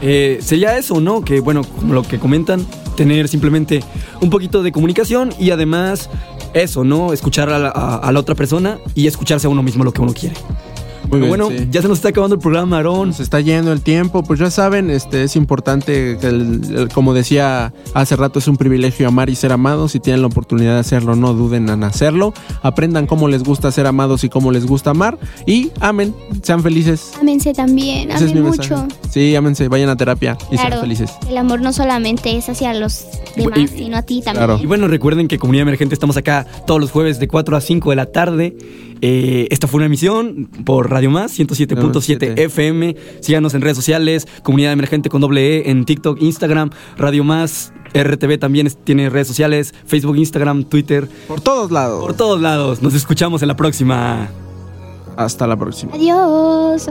S6: eh, sería eso, ¿no? Que bueno, como lo que comentan, tener simplemente un poquito de comunicación y además eso, ¿no? Escuchar a la, a- a la otra persona y escucharse a uno mismo lo que uno quiere. Pero
S8: bien,
S6: bueno,
S8: sí.
S6: ya se nos está acabando el programa, Aarón.
S8: Se está yendo el tiempo, pues ya saben, este es importante, que el- el- como decía hace rato, es un privilegio amar y ser amados. Si tienen la oportunidad de hacerlo, no duden en hacerlo. Aprendan cómo les gusta ser amados y cómo les gusta amar. Y amen, sean felices.
S7: Ámense también,
S8: Ese es
S7: amen
S8: mi
S7: mucho.
S8: mensaje. Sí, ámense, vayan a terapia y sean
S7: Claro,
S8: felices.
S7: El amor no solamente es hacia los demás,
S6: y-
S7: sino a ti también.
S6: Y bueno, recuerden que Comunidad Emergente estamos acá todos los jueves de 4 a 5 de la tarde. Eh, esta fue una emisión por Radio Más 107.7 FM. Síganos en redes sociales, Comunidad Emergente con doble E en TikTok, Instagram, Radio Más, RTV también es- tiene redes sociales, Facebook, Instagram, Twitter.
S8: Por todos lados.
S6: Por todos lados. Nos escuchamos en la próxima.
S8: Hasta la próxima.
S7: Adiós.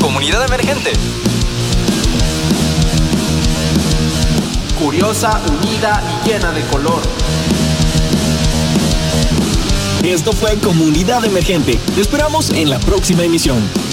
S1: Comunidad emergente.
S25: Curiosa, unida y llena de color.
S1: Esto fue Comunidad Emergente. Te esperamos en la próxima emisión.